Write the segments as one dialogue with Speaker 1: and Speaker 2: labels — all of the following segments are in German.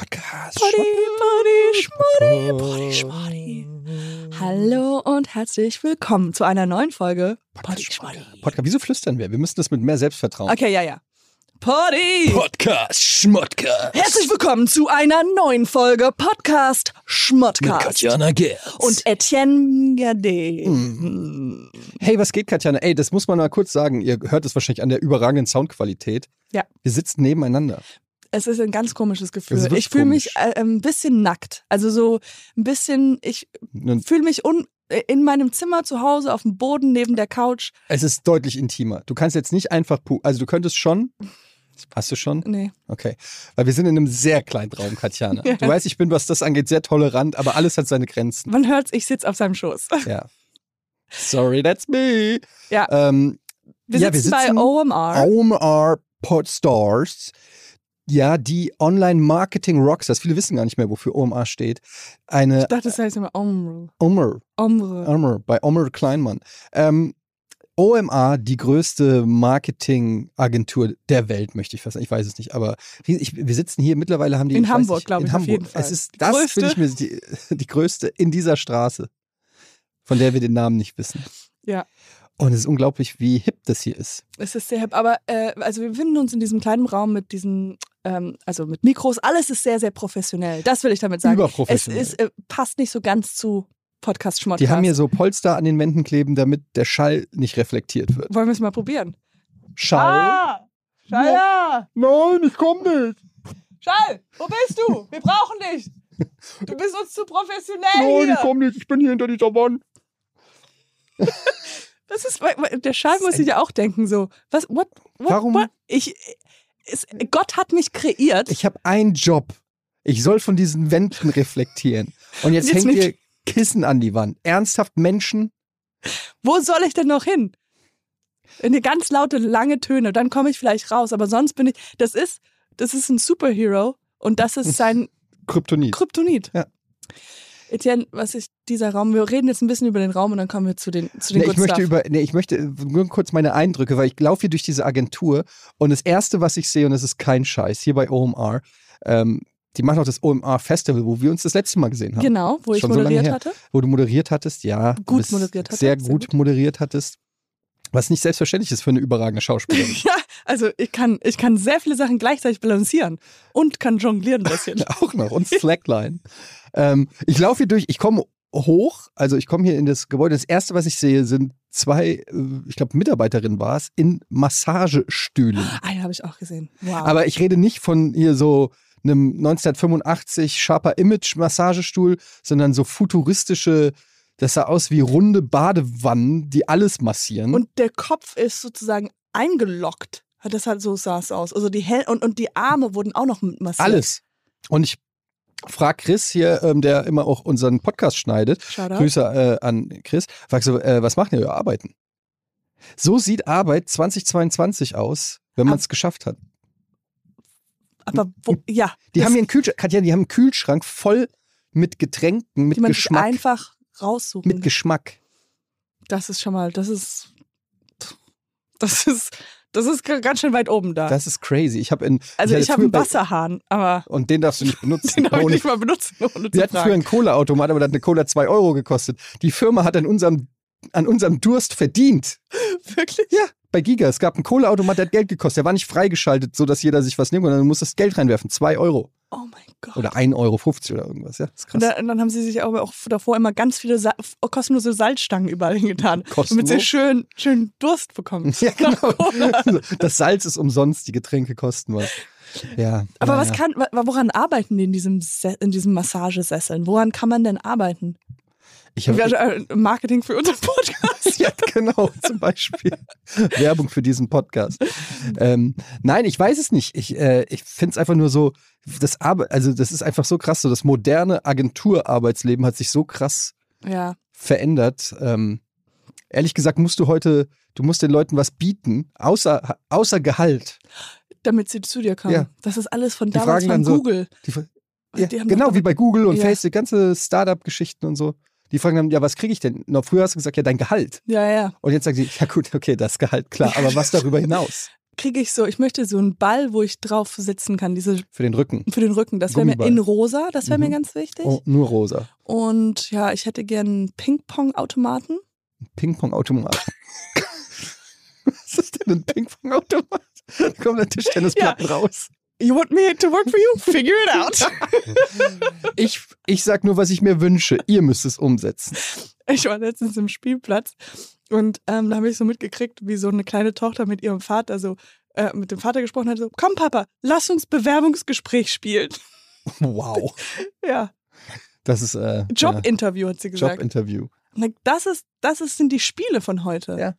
Speaker 1: Party, Party, Schmuddy, Party, Schmuddy. Hallo und herzlich willkommen zu einer neuen Folge Party, Schmuddy.
Speaker 2: Podcast, wieso flüstern wir? Wir müssen das mit mehr Selbstvertrauen.
Speaker 1: Okay, ja, ja. Party!
Speaker 2: Podcast, Schmodcast.
Speaker 1: Herzlich willkommen zu einer neuen Folge Podcast Schmodcast.
Speaker 2: Gerz.
Speaker 1: Und Etienne Gade.
Speaker 2: Mhm. hey, was geht, Katjana? Ey, das muss man mal kurz sagen. Ihr hört es wahrscheinlich an der überragenden Soundqualität.
Speaker 1: Ja.
Speaker 2: Wir sitzen nebeneinander.
Speaker 1: Es ist ein ganz komisches
Speaker 2: Es ist
Speaker 1: Gefühl.
Speaker 2: wirklich
Speaker 1: Ich fühle mich
Speaker 2: komisch.
Speaker 1: äh, ein bisschen nackt. Also so ein bisschen, ich
Speaker 2: Nun,
Speaker 1: fühle mich un äh, in meinem Zimmer zu Hause auf dem Boden neben der Couch.
Speaker 2: Es ist deutlich intimer. Du kannst jetzt nicht einfach, pu also du könntest schon. Hast du schon?
Speaker 1: Nee.
Speaker 2: Okay. Weil wir sind in einem sehr kleinen Raum, Katjana.
Speaker 1: Ja.
Speaker 2: Du weißt, ich bin, was das angeht, sehr tolerant, aber alles hat seine Grenzen.
Speaker 1: Man hört's, ich sitze auf seinem Schoß.
Speaker 2: Ja. Sorry, that's me.
Speaker 1: Ja.
Speaker 2: Ähm,
Speaker 1: Wir,
Speaker 2: Ja, wir
Speaker 1: sitzen
Speaker 2: sitzen
Speaker 1: bei OMR.
Speaker 2: OMR Podstars. Ja, die Online Marketing Rockstars. Viele wissen gar nicht mehr, wofür OMR steht. Eine
Speaker 1: Ich dachte, das heißt immer Omru.
Speaker 2: Omer,
Speaker 1: Omru.
Speaker 2: Omer bei Omer Kleinmann. Ähm, OMR, die größte Marketingagentur der Welt, möchte ich fast sagen. Ich weiß es nicht, aber ries- ich, wir sitzen hier, mittlerweile haben die.
Speaker 1: In
Speaker 2: ich weiß
Speaker 1: Hamburg,
Speaker 2: nicht,
Speaker 1: glaube
Speaker 2: in
Speaker 1: ich, auf
Speaker 2: Hamburg.
Speaker 1: jeden Fall.
Speaker 2: Es ist das,
Speaker 1: Größte.
Speaker 2: finde ich mir, die, die größte in dieser Straße, von der wir den Namen nicht wissen.
Speaker 1: Ja.
Speaker 2: Und es ist unglaublich, wie hip das hier ist.
Speaker 1: Es ist sehr hip. Aber äh, also wir befinden uns in diesem kleinen Raum mit diesen, ähm, also mit Mikros. Alles ist sehr, sehr professionell. Das will ich damit sagen. Es
Speaker 2: Überprofessionell.
Speaker 1: ist, äh, passt nicht so ganz zu podcast schmodcast
Speaker 2: Die haben hier so Polster an den Wänden kleben, damit der Schall nicht reflektiert wird.
Speaker 1: Wollen wir es mal probieren?
Speaker 2: Schall?
Speaker 1: Ah! Scheier!
Speaker 2: Nein, ich komm nicht.
Speaker 1: Schall, wo bist du? Wir brauchen dich. Du bist uns zu professionell
Speaker 2: Nein, ich komm nicht. Ich bin hier hinter dieser Wand.
Speaker 1: Das ist, der Schall muss sich ja auch denken so, was, what, what,
Speaker 2: Warum?
Speaker 1: what? Ich, es, Gott hat mich kreiert.
Speaker 2: Ich habe einen Job. Ich soll von diesen Wänden reflektieren. Und jetzt,
Speaker 1: Jetzt
Speaker 2: hängt
Speaker 1: nicht.
Speaker 2: ihr Kissen an die Wand. Ernsthaft Menschen?
Speaker 1: Wo soll ich denn noch hin? In eine ganz laute, lange Töne, dann komme ich vielleicht raus. Aber sonst bin ich, das ist, das ist ein Superhero und das ist sein
Speaker 2: Kryptonit.
Speaker 1: Kryptonit.
Speaker 2: Ja.
Speaker 1: Etienne, was ist dieser Raum? Wir reden jetzt ein bisschen über den Raum und dann kommen wir zu den, zu den
Speaker 2: Nee, ich
Speaker 1: Good
Speaker 2: möchte
Speaker 1: Stuff.
Speaker 2: über, nee, ich möchte nur kurz meine Eindrücke, weil ich laufe hier durch diese Agentur und das erste, was ich sehe, und das ist kein Scheiß, hier bei OMR, ähm, die machen auch das OMR Festival, wo wir uns das letzte Mal gesehen haben.
Speaker 1: Genau, wo ich
Speaker 2: Schon so lange
Speaker 1: moderiert
Speaker 2: her.
Speaker 1: hatte.
Speaker 2: wo du moderiert hattest, ja. du
Speaker 1: Gut
Speaker 2: bist
Speaker 1: moderiert hattest,
Speaker 2: Sehr
Speaker 1: sehr
Speaker 2: gut moderiert hattest. Was nicht selbstverständlich ist für eine überragende Schauspielerin.
Speaker 1: Ja, also ich kann, ich kann sehr viele Sachen gleichzeitig balancieren und kann jonglieren ein bisschen.
Speaker 2: Auch noch. Und Slackline. ähm, ich laufe hier durch, ich komme hoch, also ich komme hier in das Gebäude. Das erste, was ich sehe, sind zwei, äh, ich glaube, Mitarbeiterinnen war es, in Massagestühlen.
Speaker 1: Ah, ja, habe ich auch gesehen. Wow.
Speaker 2: Aber ich rede nicht von hier so einem 1985 Sharper Image Massagestuhl, sondern so futuristische, das sah aus wie runde Badewannen, die alles massieren.
Speaker 1: und der Kopf ist sozusagen eingeloggt. Das halt so sah es aus. Also die Hel und, und die Arme wurden auch noch mit massiert.
Speaker 2: Alles. Und ich frage Chris hier, ähm, der immer auch unseren Podcast schneidet.
Speaker 1: Shoutout.
Speaker 2: Grüße äh, an Chris. Frag so, äh, was machen ihr? Arbeiten. So sieht Arbeit 2022 aus, wenn man es geschafft hat.
Speaker 1: Aber wo, ja,
Speaker 2: Die
Speaker 1: das,
Speaker 2: haben hier einen Kühlschrank, Katja, die haben einen Kühlschrank voll mit Getränken, mit
Speaker 1: die man sich
Speaker 2: Geschmack.
Speaker 1: einfach raussuchen.
Speaker 2: mit Geschmack.
Speaker 1: das ist schon mal, das ist, das ist, das ist ganz schön weit oben da.
Speaker 2: Das ist crazy. Ich habe in
Speaker 1: also
Speaker 2: hatte
Speaker 1: ich habe
Speaker 2: früher
Speaker 1: einen
Speaker 2: bei-
Speaker 1: Wasserhahn, aber
Speaker 2: und den darfst du nicht benutzen.
Speaker 1: den habe ich
Speaker 2: Ohne-
Speaker 1: nicht mal benutzt, ohne
Speaker 2: Wir
Speaker 1: zu
Speaker 2: hatten früher
Speaker 1: fragen.
Speaker 2: einen Cola-Automat, aber da hat eine Cola 2 Euro gekostet. Die Firma hat an unserem, an unserem Durst verdient.
Speaker 1: Wirklich?
Speaker 2: Ja, bei Giga. Es gab einen Kohleautomat, der hat Geld gekostet. Der war nicht freigeschaltet, sodass jeder sich was nehmen konnte. Du musstest Geld reinwerfen. 2 Euro.
Speaker 1: Oh mein Gott.
Speaker 2: Oder 1,50 Euro oder irgendwas. Ja, das ist
Speaker 1: und,
Speaker 2: krass.
Speaker 1: dann, und dann haben sie sich aber auch davor immer ganz viele Sa kostenlose Salzstangen überall hingetan, damit sie
Speaker 2: Kostenlos?
Speaker 1: schön, schön Durst bekommen.
Speaker 2: ja, genau. Das Salz ist umsonst, die Getränke kosten was. Ja.
Speaker 1: Aber
Speaker 2: naja.
Speaker 1: was kann, wa- woran arbeiten die in diesem, Se in diesem Massagesesseln? Woran kann man denn arbeiten?
Speaker 2: Ich hab,
Speaker 1: Wir- äh, Marketing für unseren Podcast.
Speaker 2: ja, genau, zum Beispiel. Werbung für diesen Podcast. Ähm, nein, ich weiß es nicht. Ich, äh, ich finde es einfach nur so, das Arbe also das ist einfach so krass. So, das moderne Agenturarbeitsleben hat sich so krass
Speaker 1: ja,
Speaker 2: verändert. Ähm, ehrlich gesagt musst du heute, du musst den Leuten was bieten, außer, außer Gehalt.
Speaker 1: damit sie zu dir kommen.
Speaker 2: Ja.
Speaker 1: Das ist alles von
Speaker 2: Die
Speaker 1: damals
Speaker 2: fragen
Speaker 1: von
Speaker 2: dann so,
Speaker 1: Google.
Speaker 2: Die, fra-
Speaker 1: Und
Speaker 2: ja,
Speaker 1: die haben
Speaker 2: genau
Speaker 1: doch
Speaker 2: wie bei Google und
Speaker 1: Ja.
Speaker 2: Facebook, ganze Startup-Geschichten und so. Die fragen dann, ja, was kriege ich denn? Na, früher hast du gesagt, ja, dein Gehalt.
Speaker 1: Ja, ja.
Speaker 2: Und jetzt sagen sie, ja gut, okay, das Gehalt, klar, aber was darüber hinaus?
Speaker 1: kriege ich so, ich möchte so einen Ball, wo ich drauf sitzen kann, diese
Speaker 2: Für den Rücken.
Speaker 1: für den Rücken. Das wäre mir
Speaker 2: Gummiball.
Speaker 1: in rosa, das wäre
Speaker 2: Mhm.
Speaker 1: mir ganz wichtig.
Speaker 2: Oh, nur rosa.
Speaker 1: Und ja, ich hätte gern einen Ping-Pong-Automaten.
Speaker 2: Ping-Pong-Automat. Was ist denn ein Ping-Pong-Automat? Da kommen dann Tischtennisplatten raus.
Speaker 1: You want me to work for you? Figure it out.
Speaker 2: Ich, ich sag nur, was ich mir wünsche. Ihr müsst es umsetzen.
Speaker 1: Ich war letztens im Spielplatz und ähm, da habe ich so mitgekriegt, wie so eine kleine Tochter mit ihrem Vater so äh, mit dem Vater gesprochen hat, so, komm Papa, lass uns Bewerbungsgespräch spielen.
Speaker 2: Wow.
Speaker 1: Ja,
Speaker 2: Das ist äh,
Speaker 1: Jobinterview hat sie
Speaker 2: ja,
Speaker 1: gesagt.
Speaker 2: Jobinterview.
Speaker 1: Like, das ist, das ist, sind die Spiele von heute.
Speaker 2: Ja.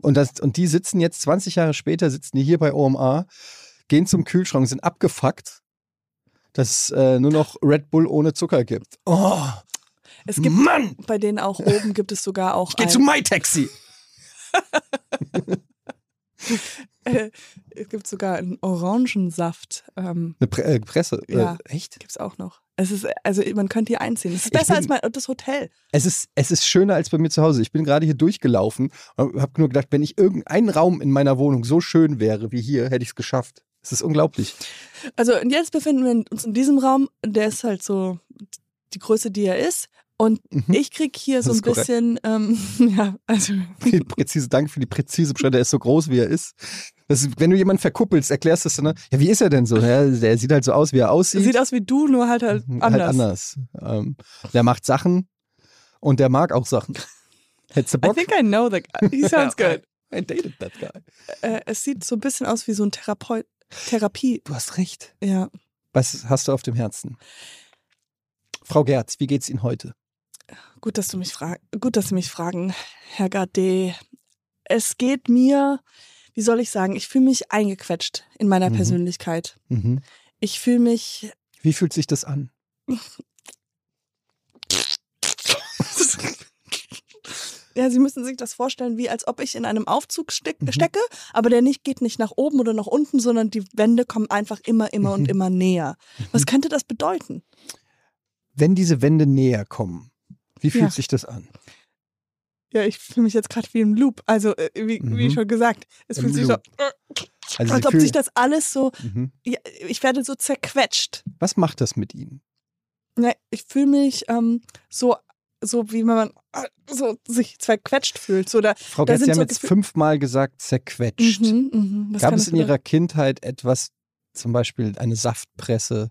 Speaker 2: Und, das, und die sitzen jetzt 20 Jahre später, sitzen die hier bei OMA, gehen zum Kühlschrank, sind abgefuckt, dass es äh, nur noch Red Bull ohne Zucker gibt. Oh,
Speaker 1: Es gibt
Speaker 2: Mann!
Speaker 1: bei denen auch oben gibt es sogar auch
Speaker 2: Mhm. Geh
Speaker 1: ein,
Speaker 2: zu MyTaxi!
Speaker 1: äh, es gibt sogar einen Orangensaft. Ähm,
Speaker 2: Eine Pre äh, Presse.
Speaker 1: Ja.
Speaker 2: Äh, echt?
Speaker 1: gibt's auch noch. Es ist also man könnte hier einziehen. Es ist
Speaker 2: Ich
Speaker 1: besser als
Speaker 2: bin-
Speaker 1: mein, das Hotel.
Speaker 2: Es ist, es ist schöner als bei mir zu Hause. Ich bin gerade hier durchgelaufen und habe nur gedacht, wenn ich irgendein Raum in meiner Wohnung so schön wäre wie hier, hätte ich es geschafft. Es ist unglaublich.
Speaker 1: Also und jetzt befinden wir uns in diesem Raum, der ist halt so die Größe, die er ist. Und
Speaker 2: Mhm.
Speaker 1: ich krieg hier
Speaker 2: Das
Speaker 1: so ein
Speaker 2: ist korrekt.
Speaker 1: bisschen, ähm, ja, also
Speaker 2: Die präzise, danke für die präzise Beschreibung. Der ist so groß, wie er ist. Das ist wenn du jemanden verkuppelst, erklärst du es dann, ne? ja, wie ist er denn so? Ja, der sieht halt so aus, wie er aussieht.
Speaker 1: sieht aus wie du, nur halt halt
Speaker 2: Halt
Speaker 1: anders.
Speaker 2: anders. Ähm, der macht Sachen und der mag auch Sachen. Hättest du
Speaker 1: I
Speaker 2: Bock?
Speaker 1: think I know the guy. He sounds good.
Speaker 2: I dated that guy.
Speaker 1: Äh, es sieht so ein bisschen aus wie so ein Therapeut, Therapie.
Speaker 2: Du hast recht.
Speaker 1: Ja,
Speaker 2: Was hast du auf dem Herzen? Frau Gerz, wie geht's Ihnen heute?
Speaker 1: gut, dass du mich fragst. Gut, dass Sie mich fragen, Herr Gade. Es geht mir, wie soll ich sagen, ich fühle mich eingequetscht in meiner
Speaker 2: Mhm.
Speaker 1: Persönlichkeit. Ich fühle mich
Speaker 2: Wie fühlt sich das an?
Speaker 1: Ja, Sie müssen sich das vorstellen, wie als ob ich in einem Aufzug steck,
Speaker 2: Mhm.
Speaker 1: stecke, aber der nicht, geht nicht nach oben oder nach unten, sondern die Wände kommen einfach immer, immer und
Speaker 2: Mhm.
Speaker 1: immer näher. Was könnte das bedeuten?
Speaker 2: Wenn diese Wände näher kommen, wie fühlt
Speaker 1: Ja.
Speaker 2: sich das an?
Speaker 1: Ja, ich fühle mich jetzt gerade wie im Loop. Also, äh, wie,
Speaker 2: Mhm.
Speaker 1: wie schon gesagt, es
Speaker 2: Im
Speaker 1: fühlt sich so,
Speaker 2: Loop. Also
Speaker 1: als
Speaker 2: Sie
Speaker 1: ob
Speaker 2: fühlen-
Speaker 1: sich das alles so,
Speaker 2: Mhm.
Speaker 1: ja, ich werde so zerquetscht.
Speaker 2: Was macht das mit Ihnen?
Speaker 1: Ne, Ich fühle mich ähm, so, so wie wenn man äh, so sich zerquetscht fühlt. So da,
Speaker 2: Frau
Speaker 1: Da
Speaker 2: Gerz, Sie
Speaker 1: sind
Speaker 2: haben
Speaker 1: so
Speaker 2: jetzt
Speaker 1: Gefühl-
Speaker 2: fünfmal gesagt, zerquetscht.
Speaker 1: Mhm, mhm. Was
Speaker 2: Gab
Speaker 1: kann
Speaker 2: es
Speaker 1: das
Speaker 2: in
Speaker 1: bedeuten?
Speaker 2: Ihrer Kindheit etwas, zum Beispiel eine Saftpresse?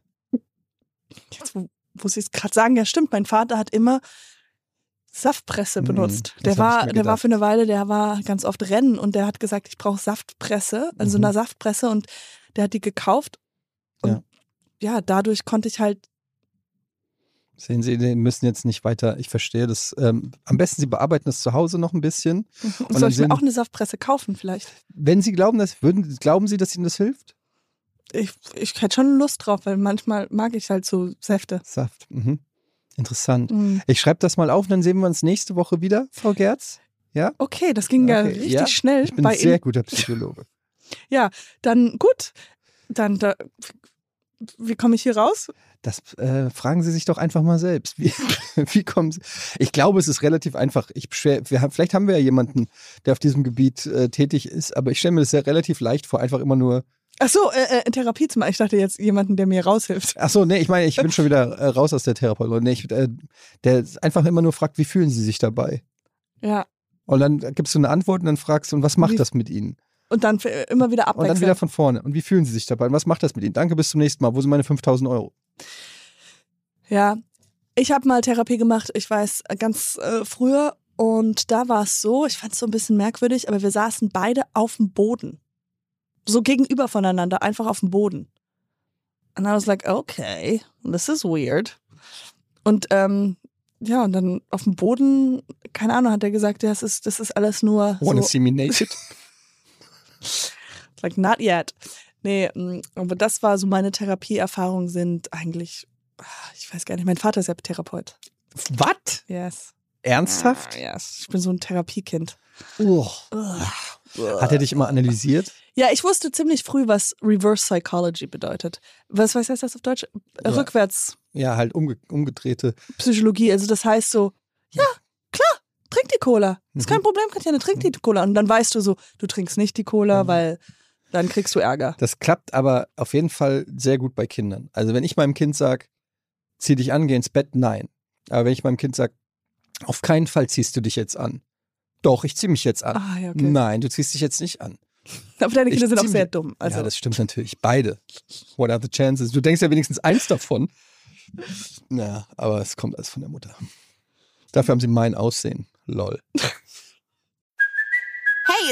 Speaker 1: jetzt, wo, wo sie es gerade sagen, ja stimmt, mein Vater hat immer Saftpresse
Speaker 2: Mhm,
Speaker 1: benutzt.
Speaker 2: das hab
Speaker 1: Der
Speaker 2: ich
Speaker 1: war,
Speaker 2: mir
Speaker 1: der war
Speaker 2: gedacht.
Speaker 1: für eine Weile, der war ganz oft rennen und der hat gesagt, ich brauche Saftpresse, also
Speaker 2: Mhm.
Speaker 1: eine Saftpresse und der hat die gekauft. Und ja. dadurch konnte ich halt,
Speaker 2: Sehen Sie, wir müssen jetzt nicht weiter, ich verstehe das. Ähm, am besten, Sie bearbeiten das zu Hause noch ein bisschen. dann
Speaker 1: soll ich
Speaker 2: sind-
Speaker 1: mir auch eine Saftpresse kaufen vielleicht?
Speaker 2: Wenn Sie glauben, dass, würden, glauben Sie, dass Ihnen das hilft?
Speaker 1: Ich, ich hätte schon Lust drauf, weil manchmal mag ich halt so Säfte.
Speaker 2: Saft. Mhm. Interessant.
Speaker 1: Mhm.
Speaker 2: Ich schreibe das mal auf, dann sehen wir uns nächste Woche wieder, Frau Gerz.
Speaker 1: Okay, das ging ja
Speaker 2: Okay,
Speaker 1: richtig
Speaker 2: ja.
Speaker 1: schnell.
Speaker 2: Ich bin
Speaker 1: bei
Speaker 2: ein sehr
Speaker 1: ihm.
Speaker 2: guter Psychologe.
Speaker 1: Dann gut, dann da, wie komme ich hier raus?
Speaker 2: Das äh, fragen Sie sich doch einfach mal selbst. Wie, wie kommen Sie? Ich glaube, es ist relativ einfach. Ich schwer, wir haben, vielleicht haben wir ja jemanden, der auf diesem Gebiet äh, tätig ist, aber ich stelle mir das sehr relativ leicht vor, einfach immer nur.
Speaker 1: Ach so, äh, äh, Therapie zum Beispiel. Ich dachte jetzt jemanden, der mir raushilft.
Speaker 2: Ach so, nee, ich meine, ich bin schon wieder äh, raus aus der Therapeutin. Nee, ich, äh, der einfach immer nur fragt, wie fühlen Sie sich dabei?
Speaker 1: Ja.
Speaker 2: Und dann gibst du eine Antwort und dann fragst du, und was macht
Speaker 1: Wie-
Speaker 2: das mit Ihnen?
Speaker 1: Und dann f- äh, immer wieder
Speaker 2: Und
Speaker 1: abwechseln.
Speaker 2: dann wieder von vorne. Und wie fühlen Sie sich dabei? Und was macht das mit Ihnen? Danke, bis zum nächsten Mal. Wo sind meine 5000 Euro?
Speaker 1: ja. Ich habe mal Therapie gemacht, ich weiß, ganz äh, früher. Und da war es so, ich fand es so ein bisschen merkwürdig, aber wir saßen beide auf dem Boden. So gegenüber voneinander, einfach auf dem Boden. And I was like, okay, this is weird. Und ähm, ja, und dann auf dem Boden, keine Ahnung, hat er gesagt, das ist, das ist alles nur.
Speaker 2: Wanna
Speaker 1: so,
Speaker 2: see me naked?
Speaker 1: It's Like, not yet. Nee, mm, aber das war so meine Therapieerfahrung sind eigentlich, ah, ich weiß gar nicht, mein Vater ist ja Therapeut.
Speaker 2: was?
Speaker 1: Yes.
Speaker 2: Ernsthaft?
Speaker 1: Ah, Yes. Ich bin so ein Therapiekind.
Speaker 2: Uch.
Speaker 1: Ugh.
Speaker 2: Hat er dich immer analysiert?
Speaker 1: Ja, ich wusste ziemlich früh, was Reverse Psychology bedeutet. Was, was heißt das auf Deutsch?
Speaker 2: Ja.
Speaker 1: Rückwärtspsychologie.
Speaker 2: Ja, halt umge umgedrehte.
Speaker 1: Also das heißt so, ja, klar, trink die Cola. Ist kein
Speaker 2: Mhm.
Speaker 1: Problem, Katjana, trink die Cola. Und dann weißt du so, du trinkst nicht die Cola,
Speaker 2: Mhm.
Speaker 1: weil Dann kriegst du Ärger.
Speaker 2: Das klappt aber auf jeden Fall sehr gut bei Kindern. Also wenn ich meinem Kind sage, zieh dich an, geh ins Bett, nein. Aber wenn ich meinem Kind sage, auf keinen Fall ziehst du dich jetzt an. Doch, ich zieh mich jetzt an.
Speaker 1: Ah, ja, okay.
Speaker 2: Nein, du ziehst dich jetzt nicht an.
Speaker 1: Aber deine Kinder
Speaker 2: Ich
Speaker 1: sind auch
Speaker 2: zieh
Speaker 1: sehr
Speaker 2: mir-
Speaker 1: dumm. Also,
Speaker 2: ja, das stimmt natürlich. Beide. What are the chances? Du denkst ja wenigstens eins davon. Naja, aber es kommt alles von der Mutter. Dafür haben sie mein Aussehen. Lol.
Speaker 3: Hey,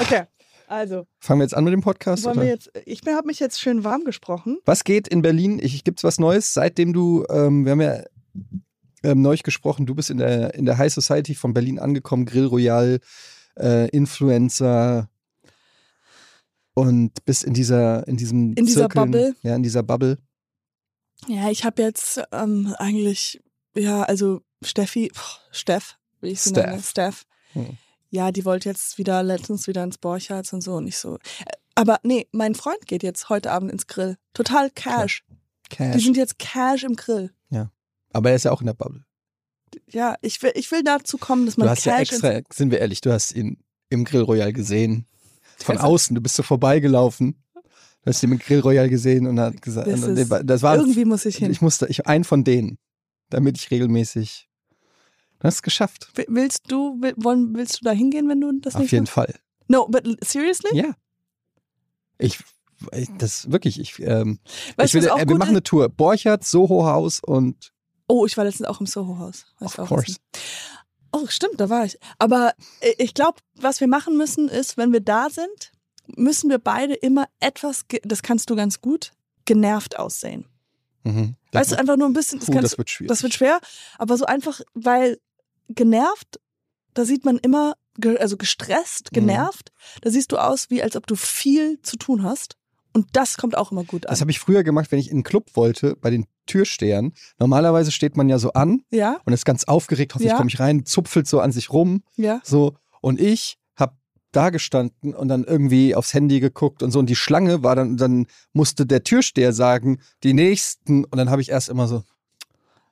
Speaker 1: okay. Also,
Speaker 2: Fangen wir jetzt an mit dem Podcast?
Speaker 1: wollen
Speaker 2: oder?
Speaker 1: wir jetzt, ich habe mich jetzt schön warm gesprochen.
Speaker 2: Was geht in Berlin? Ich, gibt's was Neues, seitdem du, ähm, wir haben ja ähm, neulich gesprochen, du bist in der, in der High Society von Berlin angekommen, Grill Royal, äh, Influencer und bist in dieser, in diesem
Speaker 1: In dieser
Speaker 2: Zirkeln,
Speaker 1: Bubble.
Speaker 2: Ja, in dieser Bubble.
Speaker 1: Ja, ich habe jetzt ähm, eigentlich, ja, also Steffi, pff, Steff, wie ich sie
Speaker 2: Steph.
Speaker 1: nenne, Steff.
Speaker 2: Hm.
Speaker 1: Ja, die wollte jetzt wieder letztens wieder ins Borchards und so und ich so. Äh, Aber nee, mein Freund geht jetzt heute Abend ins Grill. Total cash. Die
Speaker 2: Cash.
Speaker 1: sind jetzt cash im Grill.
Speaker 2: Aber er ist ja auch in der Bubble.
Speaker 1: Ja, ich will, ich will dazu kommen, dass man
Speaker 2: Du hast ja
Speaker 1: cash ins
Speaker 2: extra, sind wir ehrlich, du hast ihn im Grill Royal gesehen. Von
Speaker 1: Also-
Speaker 2: außen, du bist so vorbeigelaufen. Du hast ihn im Grill Royal gesehen und hat gesagt,
Speaker 1: Das ist-
Speaker 2: das war
Speaker 1: Irgendwie muss ich hin.
Speaker 2: Ich musste, ich einen von denen, damit ich regelmäßig. Du hast es geschafft.
Speaker 1: Wi- Willst du, will, wollen, willst du da hingehen, wenn du das
Speaker 2: Auf
Speaker 1: nicht
Speaker 2: jeden Fall.
Speaker 1: No, but seriously?
Speaker 2: Ja. Ich, ich das wirklich, ich, ähm,
Speaker 1: Weißt
Speaker 2: ich
Speaker 1: du,
Speaker 2: will,
Speaker 1: was auch
Speaker 2: äh, wir
Speaker 1: gut
Speaker 2: machen
Speaker 1: ist?
Speaker 2: eine Tour. Borchert, Soho Haus und
Speaker 1: Oh, ich war letztens auch im Soho-Haus.
Speaker 2: of course.
Speaker 1: Oh, stimmt, da war ich. Aber i- ich glaube, was wir machen müssen, ist, wenn wir da sind, müssen wir beide immer etwas, ge- das kannst du ganz gut, genervt aussehen.
Speaker 2: Mhm. Das,
Speaker 1: Weißt du, einfach nur ein bisschen, das,
Speaker 2: puh,
Speaker 1: kannst,
Speaker 2: das wird schwierig.
Speaker 1: das wird schwer, aber so einfach, weil genervt, da sieht man immer, ge- also gestresst,
Speaker 2: Mhm.
Speaker 1: genervt, da siehst du aus, wie als ob du viel zu tun hast. Und das kommt auch immer gut an.
Speaker 2: das habe ich früher gemacht, wenn ich in einen Club wollte, bei den Türstehern. Normalerweise steht man ja so an
Speaker 1: ja,
Speaker 2: und ist ganz aufgeregt, hoffentlich
Speaker 1: Ja.
Speaker 2: komme ich rein, zupfelt so an sich rum.
Speaker 1: ja.
Speaker 2: So, und ich habe da gestanden und dann irgendwie aufs Handy geguckt und so. Und die Schlange war dann, dann musste der Türsteher sagen, die nächsten. Und dann habe ich erst immer so,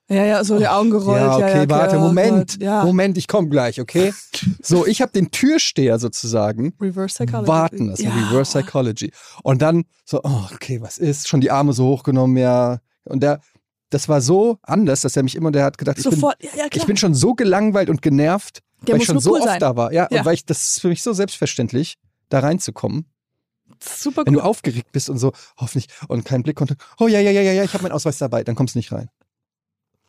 Speaker 1: Ja, ja, so die Augen gerollt.
Speaker 2: ja, okay,
Speaker 1: ja,
Speaker 2: warte,
Speaker 1: klar, oh
Speaker 2: Moment,
Speaker 1: Ja.
Speaker 2: Moment, ich komme gleich, okay? so, ich habe den Türsteher sozusagen
Speaker 1: Reverse Psychology.
Speaker 2: warten lassen, Reverse Psychology. Und dann so, oh, okay, was ist? Schon die Arme so hochgenommen, ja. Und der, das war so anders, dass er mich immer, der hat gedacht, ich bin,
Speaker 1: Sofort, ja, ja, klar.
Speaker 2: ich bin schon so gelangweilt und genervt,
Speaker 1: Der
Speaker 2: weil
Speaker 1: muss
Speaker 2: ich schon
Speaker 1: nur
Speaker 2: so
Speaker 1: cool
Speaker 2: oft
Speaker 1: sein.
Speaker 2: da war. Ja,
Speaker 1: Ja.
Speaker 2: und weil ich, das ist für mich so selbstverständlich, da reinzukommen.
Speaker 1: Super
Speaker 2: Wenn
Speaker 1: cool.
Speaker 2: du aufgeregt bist und so, hoffentlich, und kein Blickkontakt. Oh ja, ja, ja, ja, ja, ich habe meinen Ausweis dabei, dann kommst du nicht rein.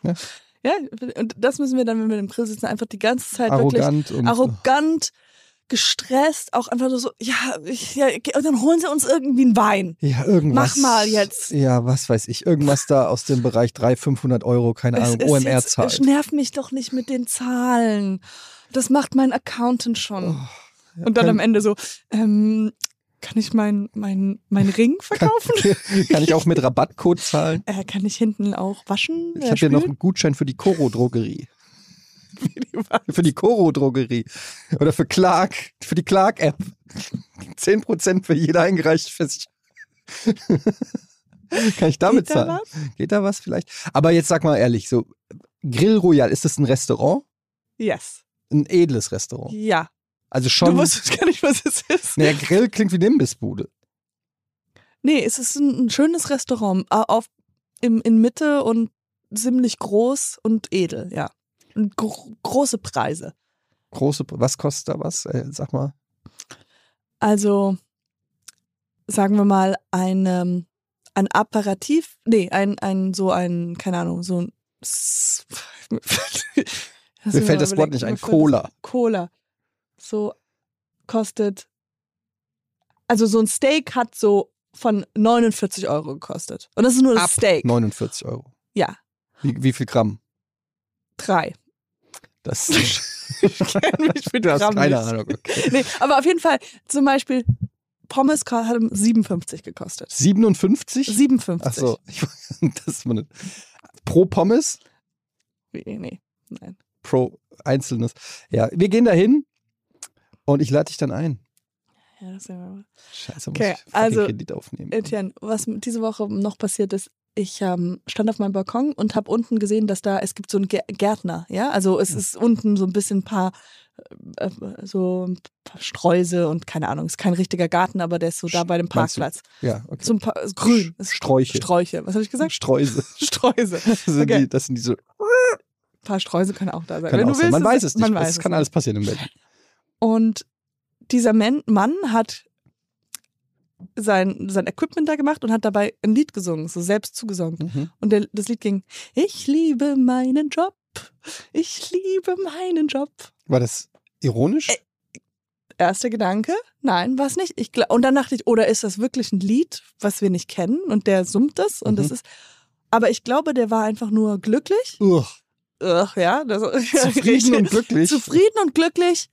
Speaker 1: Ja, und das müssen wir dann, wenn wir im Grill sitzen, einfach die ganze Zeit Halt wirklich
Speaker 2: Arrogant und
Speaker 1: arrogant, gestresst, auch einfach nur so, ja, ich, ja, okay, und dann holen sie uns irgendwie einen Wein.
Speaker 2: ja, irgendwas.
Speaker 1: Mach mal jetzt.
Speaker 2: Ja, was weiß ich. Irgendwas da aus dem Bereich 300, 500 Euro, keine
Speaker 1: Es
Speaker 2: Ahnung,
Speaker 1: ist
Speaker 2: OMR
Speaker 1: jetzt-
Speaker 2: zahlt.
Speaker 1: Ich nerv mich doch nicht mit den Zahlen. Das macht mein Accountant schon.
Speaker 2: Oh,
Speaker 1: und dann
Speaker 2: kann-
Speaker 1: am Ende so, ähm, kann ich meinen mein, mein Ring verkaufen?
Speaker 2: Kann ich auch mit Rabattcode zahlen?
Speaker 1: äh, kann ich hinten auch waschen?
Speaker 2: Ich
Speaker 1: äh,
Speaker 2: habe hier noch
Speaker 1: spülen?
Speaker 2: einen Gutschein für die Koro Drogerie. für die Koro Drogerie. Oder für Clark, für die Clark App. 10% für jede eingereichte Fest. Kann ich damit
Speaker 1: Geht da
Speaker 2: zahlen? Geht da was vielleicht? Aber jetzt sag mal ehrlich, so Grill Royal, ist das ein Restaurant?
Speaker 1: Yes.
Speaker 2: Ein edles Restaurant.
Speaker 1: Ja.
Speaker 2: Also schon.
Speaker 1: Du wusstest gar nicht, was es ist.
Speaker 2: Naja, Grill klingt wie Nimbusbude.
Speaker 1: Nee, es ist ein, ein schönes Restaurant. a- Auf, im, in Mitte und ziemlich groß und edel, ja. Und gro große Preise.
Speaker 2: Große, was kostet da was? Äh, sag mal.
Speaker 1: Also, sagen wir mal, ein, ähm, ein Apparativ, nee, ein, ein, so ein, keine Ahnung, so ein. S- Lass
Speaker 2: Mir
Speaker 1: mich mal
Speaker 2: fällt das Wort
Speaker 1: überlegen,
Speaker 2: nicht ein.
Speaker 1: mir fällt das-
Speaker 2: Cola.
Speaker 1: Cola. So kostet. Also, so ein Steak hat so von 49 Euro gekostet. Und das ist nur das
Speaker 2: Ab
Speaker 1: Steak.
Speaker 2: 49 Euro.
Speaker 1: Ja,
Speaker 2: Wie, wie viel Gramm?
Speaker 1: drei.
Speaker 2: Das
Speaker 1: Ich kenn mich mit
Speaker 2: du hast
Speaker 1: Gramm
Speaker 2: keine
Speaker 1: nicht.
Speaker 2: Ahnung. Okay.
Speaker 1: Nee, aber auf jeden Fall zum Beispiel Pommes ko- hat 57 gekostet.
Speaker 2: 57?
Speaker 1: 57.
Speaker 2: Ach so. Ich, das ist meine, pro Pommes,
Speaker 1: Nee, nee, nein.
Speaker 2: pro Einzelnes. Ja, wir gehen dahin und ich lade dich dann ein.
Speaker 1: Ja, das sehen wir mal.
Speaker 2: Scheiße, muss
Speaker 1: Okay,
Speaker 2: ich fucking
Speaker 1: also,
Speaker 2: Kredit aufnehmen.
Speaker 1: Etienne, was m- diese Woche noch passiert ist, ich ähm, stand auf meinem Balkon und habe unten gesehen, dass da, es gibt so einen Gär- Gärtner, ja? Also es ist unten so ein bisschen ein paar, äh, äh, so ein paar Streuse und keine Ahnung, ist kein richtiger Garten, aber der ist so da bei dem
Speaker 2: Meinst du-
Speaker 1: Parkplatz.
Speaker 2: ja, okay.
Speaker 1: So ein paar, ist grün. Ist
Speaker 2: Sträuche.
Speaker 1: Sträuche. Was habe ich gesagt?
Speaker 2: Streuse.
Speaker 1: Streuse.
Speaker 2: Das sind,
Speaker 1: Okay.
Speaker 2: die, das sind diese.
Speaker 1: Ein paar Streuse können auch da sein.
Speaker 2: Kann
Speaker 1: Wenn
Speaker 2: auch
Speaker 1: du
Speaker 2: sein.
Speaker 1: willst,
Speaker 2: Man weiß es nicht.
Speaker 1: Man weiß
Speaker 2: es kann
Speaker 1: es
Speaker 2: alles passieren im Bett.
Speaker 1: Und dieser Man, Mann hat sein, sein Equipment da gemacht und hat dabei ein Lied gesungen, so selbst zugesungen.
Speaker 2: Mhm.
Speaker 1: Und der, das Lied ging, ich liebe meinen Job, ich liebe meinen Job.
Speaker 2: War das ironisch?
Speaker 1: Äh, Erster Gedanke, nein, war es nicht. Ich, gla- und dann dachte ich, oder ist das wirklich ein Lied, was wir nicht kennen und der summt das und das
Speaker 2: Mhm.
Speaker 1: ist, aber ich glaube, der war einfach nur glücklich.
Speaker 2: Ugh,
Speaker 1: Ugh, ja, das,
Speaker 2: zufrieden und glücklich.
Speaker 1: zufrieden und glücklich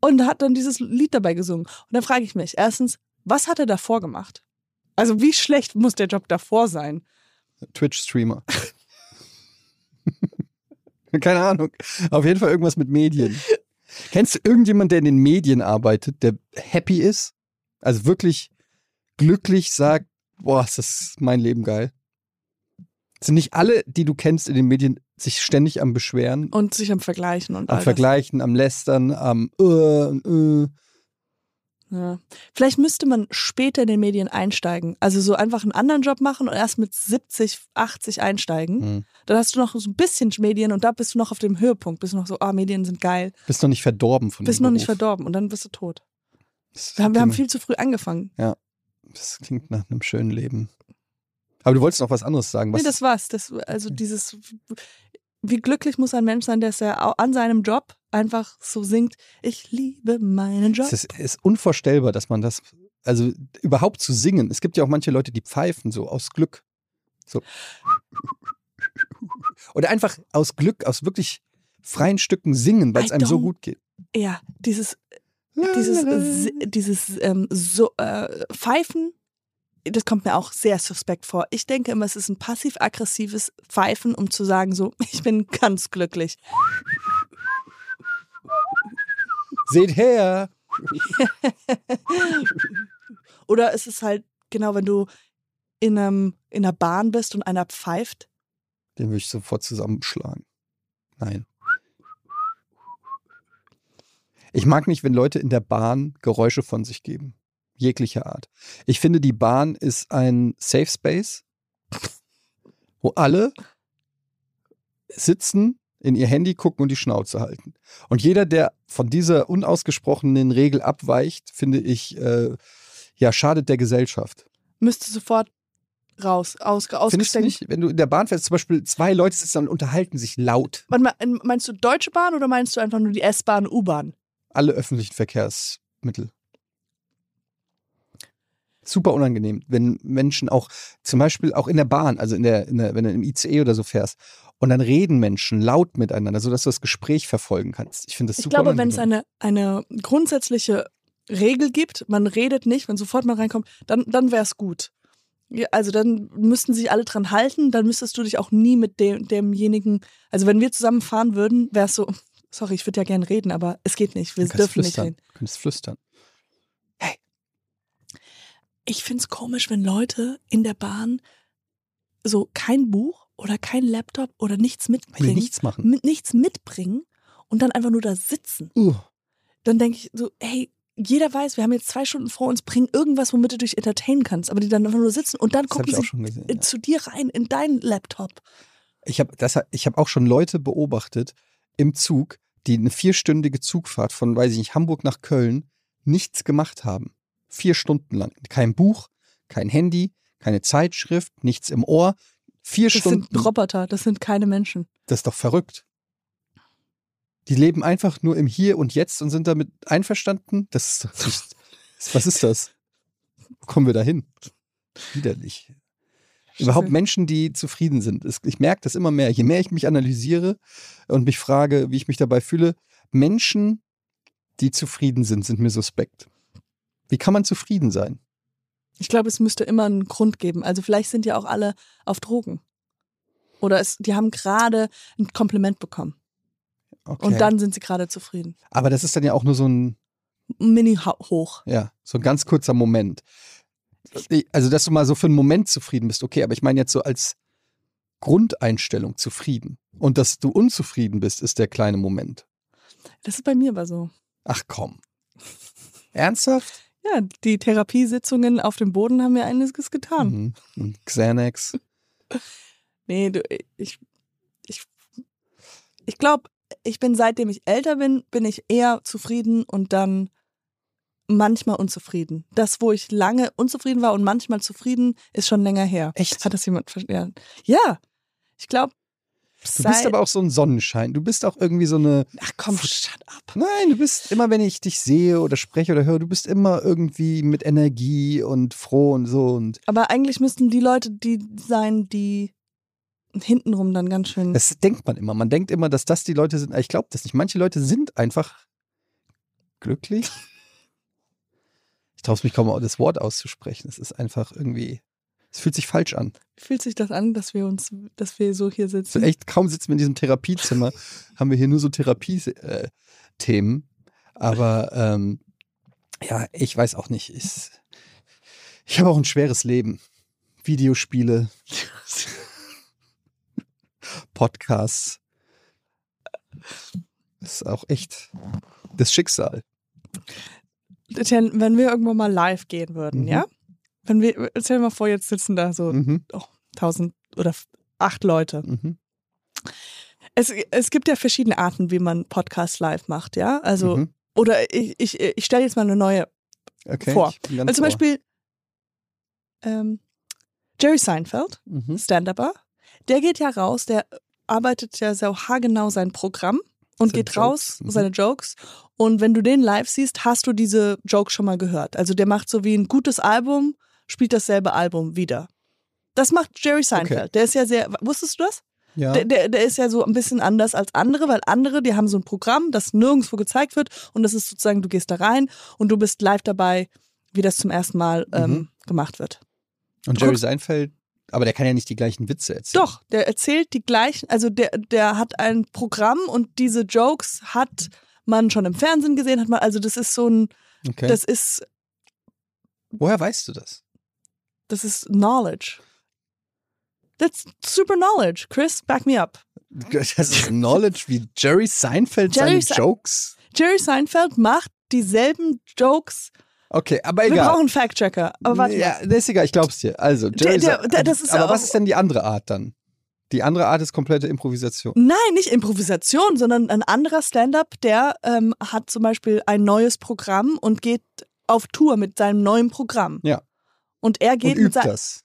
Speaker 1: und hat dann dieses Lied dabei gesungen. Und dann frage ich mich, erstens, was hat er davor gemacht? Also wie schlecht muss der Job davor sein?
Speaker 2: Twitch-Streamer. Keine Ahnung. Auf jeden Fall irgendwas mit Medien. Kennst du irgendjemanden, der in den Medien arbeitet, der happy ist? Also wirklich glücklich sagt, boah, ist das mein Leben geil. Sind nicht alle, die du kennst in den Medien, sich ständig am Beschweren,
Speaker 1: Und sich am Vergleichen und
Speaker 2: am
Speaker 1: all
Speaker 2: Vergleichen, am Lästern, am äh, und äh.
Speaker 1: Das. Ja. Vielleicht müsste man später in den Medien einsteigen. Also so einfach einen anderen Job machen und erst mit 70, 80 einsteigen.
Speaker 2: Hm.
Speaker 1: Dann hast du noch so ein bisschen Medien und da bist du noch auf dem Höhepunkt. Bist du noch so, ah, Medien sind geil.
Speaker 2: Bist noch nicht verdorben von
Speaker 1: Bist
Speaker 2: dem
Speaker 1: noch nicht
Speaker 2: Beruf.
Speaker 1: verdorben und dann bist du tot.
Speaker 2: Das
Speaker 1: Wir haben, wir haben
Speaker 2: klingt-
Speaker 1: viel zu früh angefangen.
Speaker 2: Das klingt nach einem schönen Leben. Aber du wolltest noch was anderes sagen. Was
Speaker 1: nee, das war's. Das, also dieses, wie glücklich muss ein Mensch sein, dass er au- an seinem Job einfach so singt, ich liebe meinen Job.
Speaker 2: Es ist, es ist unvorstellbar, dass man das, also überhaupt zu singen. Es gibt ja auch manche Leute, die pfeifen so aus Glück. So. Oder einfach aus Glück, aus wirklich freien Stücken singen, weil es
Speaker 1: I
Speaker 2: einem so
Speaker 1: don't-
Speaker 2: gut geht.
Speaker 1: ja, dieses, dieses, si- dieses ähm, so, äh, Pfeifen, das kommt mir auch sehr suspekt vor. Ich denke immer, es ist ein passiv-aggressives Pfeifen, um zu sagen so, ich bin ganz glücklich.
Speaker 2: Seht her!
Speaker 1: Oder es ist halt, genau, wenn du in, einem, in einer Bahn bist und einer pfeift,
Speaker 2: Den würde ich sofort zusammenschlagen. Nein. Ich mag nicht, wenn Leute in der Bahn Geräusche von sich geben. Jeglicher Art. Ich finde, die Bahn ist ein Safe Space, wo alle sitzen, in ihr Handy gucken und die Schnauze halten. Und jeder, der von dieser unausgesprochenen Regel abweicht, finde ich, äh, ja, schadet der Gesellschaft.
Speaker 1: müsste sofort raus, aus,
Speaker 2: Findest du
Speaker 1: ausgesteckt
Speaker 2: nicht, wenn du in der Bahn fährst, zum Beispiel zwei Leute sitzen und unterhalten sich laut.
Speaker 1: Warte mal, in- meinst du Deutsche Bahn oder meinst du einfach nur die S-Bahn, U-Bahn?
Speaker 2: alle öffentlichen Verkehrsmittel. Super unangenehm, wenn Menschen auch, zum Beispiel auch in der Bahn, also in der, in der, wenn du im ICE oder so fährst, und dann reden Menschen laut miteinander, sodass du das Gespräch verfolgen kannst. Ich finde das
Speaker 1: Ich
Speaker 2: super
Speaker 1: glaube, wenn es
Speaker 2: unangenehm.
Speaker 1: eine, eine grundsätzliche Regel gibt, man redet nicht, wenn sofort man reinkommt, dann, dann wäre es gut. Ja, also dann müssten sich alle dran halten, dann müsstest du dich auch nie mit dem, demjenigen, also wenn wir zusammen fahren würden, wäre es so, sorry, ich würde ja gerne reden, aber es geht nicht, wir
Speaker 2: Du kannst
Speaker 1: dürfen nicht
Speaker 2: flüstern.
Speaker 1: reden.
Speaker 2: Du kannst flüstern.
Speaker 1: Ich finde es komisch, wenn Leute in der Bahn so kein Buch oder kein Laptop oder nichts
Speaker 2: Wenn die
Speaker 1: mitbringen,
Speaker 2: nichts machen.
Speaker 1: mit, nichts mitbringen und dann einfach nur da sitzen.
Speaker 2: Uh,
Speaker 1: dann denke ich so, hey, jeder weiß, wir haben jetzt zwei Stunden vor uns, bring irgendwas, womit du dich entertainen kannst. Aber die dann einfach nur sitzen und dann
Speaker 2: das habe
Speaker 1: gucken
Speaker 2: ich auch
Speaker 1: sie äh,
Speaker 2: schon gesehen.
Speaker 1: zu dir rein in deinen Laptop.
Speaker 2: Ich habe das, ich habe auch schon Leute beobachtet im Zug, die eine vierstündige Zugfahrt von, weiß ich nicht, Hamburg nach Köln nichts gemacht haben. Vier Stunden lang. Kein Buch, kein Handy, keine Zeitschrift, nichts im Ohr. Vier
Speaker 1: Das
Speaker 2: Stunden.
Speaker 1: sind Roboter, das sind keine Menschen.
Speaker 2: Das ist doch verrückt. Die leben einfach nur im Hier und Jetzt und sind damit einverstanden. Das ist doch nicht, was ist das? Wo kommen wir da hin? Widerlich. Überhaupt Menschen, die zufrieden sind. Es- Ich merke das immer mehr. Je mehr ich mich analysiere und mich frage, wie ich mich dabei fühle, Menschen, die zufrieden sind, sind mir suspekt. Wie kann man zufrieden sein?
Speaker 1: Ich glaube, es müsste immer einen Grund geben. Also vielleicht sind ja auch alle auf Drogen. Oder es, die haben gerade ein Kompliment bekommen.
Speaker 2: Okay.
Speaker 1: Und dann sind sie gerade zufrieden.
Speaker 2: Aber das ist dann ja auch nur so ein,
Speaker 1: Mini-hoch.
Speaker 2: ja, so ein ganz kurzer Moment. Also, dass du mal so für einen Moment zufrieden bist, okay, aber ich meine jetzt so als Grundeinstellung zufrieden. Und dass du unzufrieden bist, ist der kleine Moment.
Speaker 1: Das ist bei mir aber so.
Speaker 2: Ach komm. Ernsthaft?
Speaker 1: Ja, die Therapiesitzungen auf dem Boden haben mir einiges getan.
Speaker 2: Mhm. Und Xanax.
Speaker 1: Nee, du, äh, ich, ich, ich glaube, ich bin seitdem ich älter bin, bin ich eher zufrieden und dann manchmal unzufrieden. Das, wo ich lange unzufrieden war und manchmal zufrieden, ist schon länger her.
Speaker 2: Echt?
Speaker 1: Hat das jemand verstanden? Ja, ich glaube.
Speaker 2: Du bist aber auch so ein Sonnenschein. Du bist auch irgendwie so eine.
Speaker 1: Ach komm, shut up.
Speaker 2: Nein, du bist immer, wenn ich dich sehe oder spreche oder höre, du bist immer irgendwie mit Energie und froh und so. Und
Speaker 1: Aber eigentlich müssten die Leute die sein, die hintenrum dann ganz schön.
Speaker 2: das denkt man immer. Man denkt immer, dass das die Leute sind. Ich glaube das nicht. Manche Leute sind einfach glücklich. Ich traue es mich kaum, das Wort auszusprechen. Es ist einfach irgendwie. Es fühlt sich falsch an.
Speaker 1: Fühlt sich das an, dass wir uns, dass wir so hier
Speaker 2: So
Speaker 1: sitzen?
Speaker 2: echt, kaum sitzen wir in diesem Therapiezimmer, haben wir hier nur so Therapie-Themen. Aber ähm, ja, ich weiß auch nicht. Ich, ich habe auch ein schweres Leben. Videospiele, Podcasts. Das ist auch echt das Schicksal.
Speaker 1: Denn wenn wir irgendwann mal live gehen würden,
Speaker 2: Mhm.
Speaker 1: ja? Wenn wir, stell dir mal vor, jetzt sitzen da so
Speaker 2: Mhm,
Speaker 1: tausend oder f- acht Leute.
Speaker 2: mhm,
Speaker 1: Es, es gibt ja verschiedene Arten, wie man Podcasts live macht, ja? Also,
Speaker 2: mhm.
Speaker 1: oder ich, ich, ich stelle jetzt mal eine neue.
Speaker 2: Okay,
Speaker 1: vor.
Speaker 2: ich bin ganz
Speaker 1: Also zum
Speaker 2: ohr.
Speaker 1: Beispiel ähm, Jerry Seinfeld,
Speaker 2: Mhm.
Speaker 1: Stand-Upper, der geht ja raus, der arbeitet ja so haargenau sein Programm und
Speaker 2: Seine
Speaker 1: geht raus,
Speaker 2: Jokes, mhm.
Speaker 1: seine Jokes. Und wenn du den live siehst, hast du diese Jokes schon mal gehört. Also der macht so wie ein gutes Album, spielt dasselbe Album wieder. Das macht Jerry Seinfeld.
Speaker 2: Okay.
Speaker 1: Der ist ja sehr, wusstest du das?
Speaker 2: Ja.
Speaker 1: Der, der, der ist ja so ein bisschen anders als andere, weil andere, die haben so ein Programm, das nirgendwo gezeigt wird und das ist sozusagen, du gehst da rein und du bist live dabei, wie das zum ersten Mal ähm,
Speaker 2: Mhm.
Speaker 1: gemacht wird.
Speaker 2: Und Jerry Seinfeld, aber der kann ja nicht die gleichen Witze erzählen.
Speaker 1: Doch, der erzählt die gleichen, also der, der hat ein Programm und diese Jokes hat man schon im Fernsehen gesehen, hat man, also das ist so ein,
Speaker 2: Okay.
Speaker 1: das ist,
Speaker 2: Woher weißt du das?
Speaker 1: das ist Knowledge. That's super knowledge. Chris, back me up.
Speaker 2: Das ist Knowledge wie Jerry Seinfeld seine
Speaker 1: Jerry Se-
Speaker 2: Jokes.
Speaker 1: Jerry Seinfeld macht dieselben Jokes.
Speaker 2: Okay, aber
Speaker 1: Wir
Speaker 2: egal.
Speaker 1: brauchen einen Fact-Checker. Aber warte mal.
Speaker 2: ja, das ist egal, ich glaub's dir. Also, Jerry
Speaker 1: der-
Speaker 2: Se-
Speaker 1: der- das ist ja
Speaker 2: Aber was
Speaker 1: auch-
Speaker 2: ist denn die andere Art dann? Die andere Art ist komplette Improvisation.
Speaker 1: Nein, nicht Improvisation, sondern ein anderer Stand-up, der ähm, hat zum Beispiel ein neues Programm und geht auf Tour mit seinem neuen Programm.
Speaker 2: Ja.
Speaker 1: Und er geht
Speaker 2: und
Speaker 1: mit
Speaker 2: übt
Speaker 1: sein-
Speaker 2: das.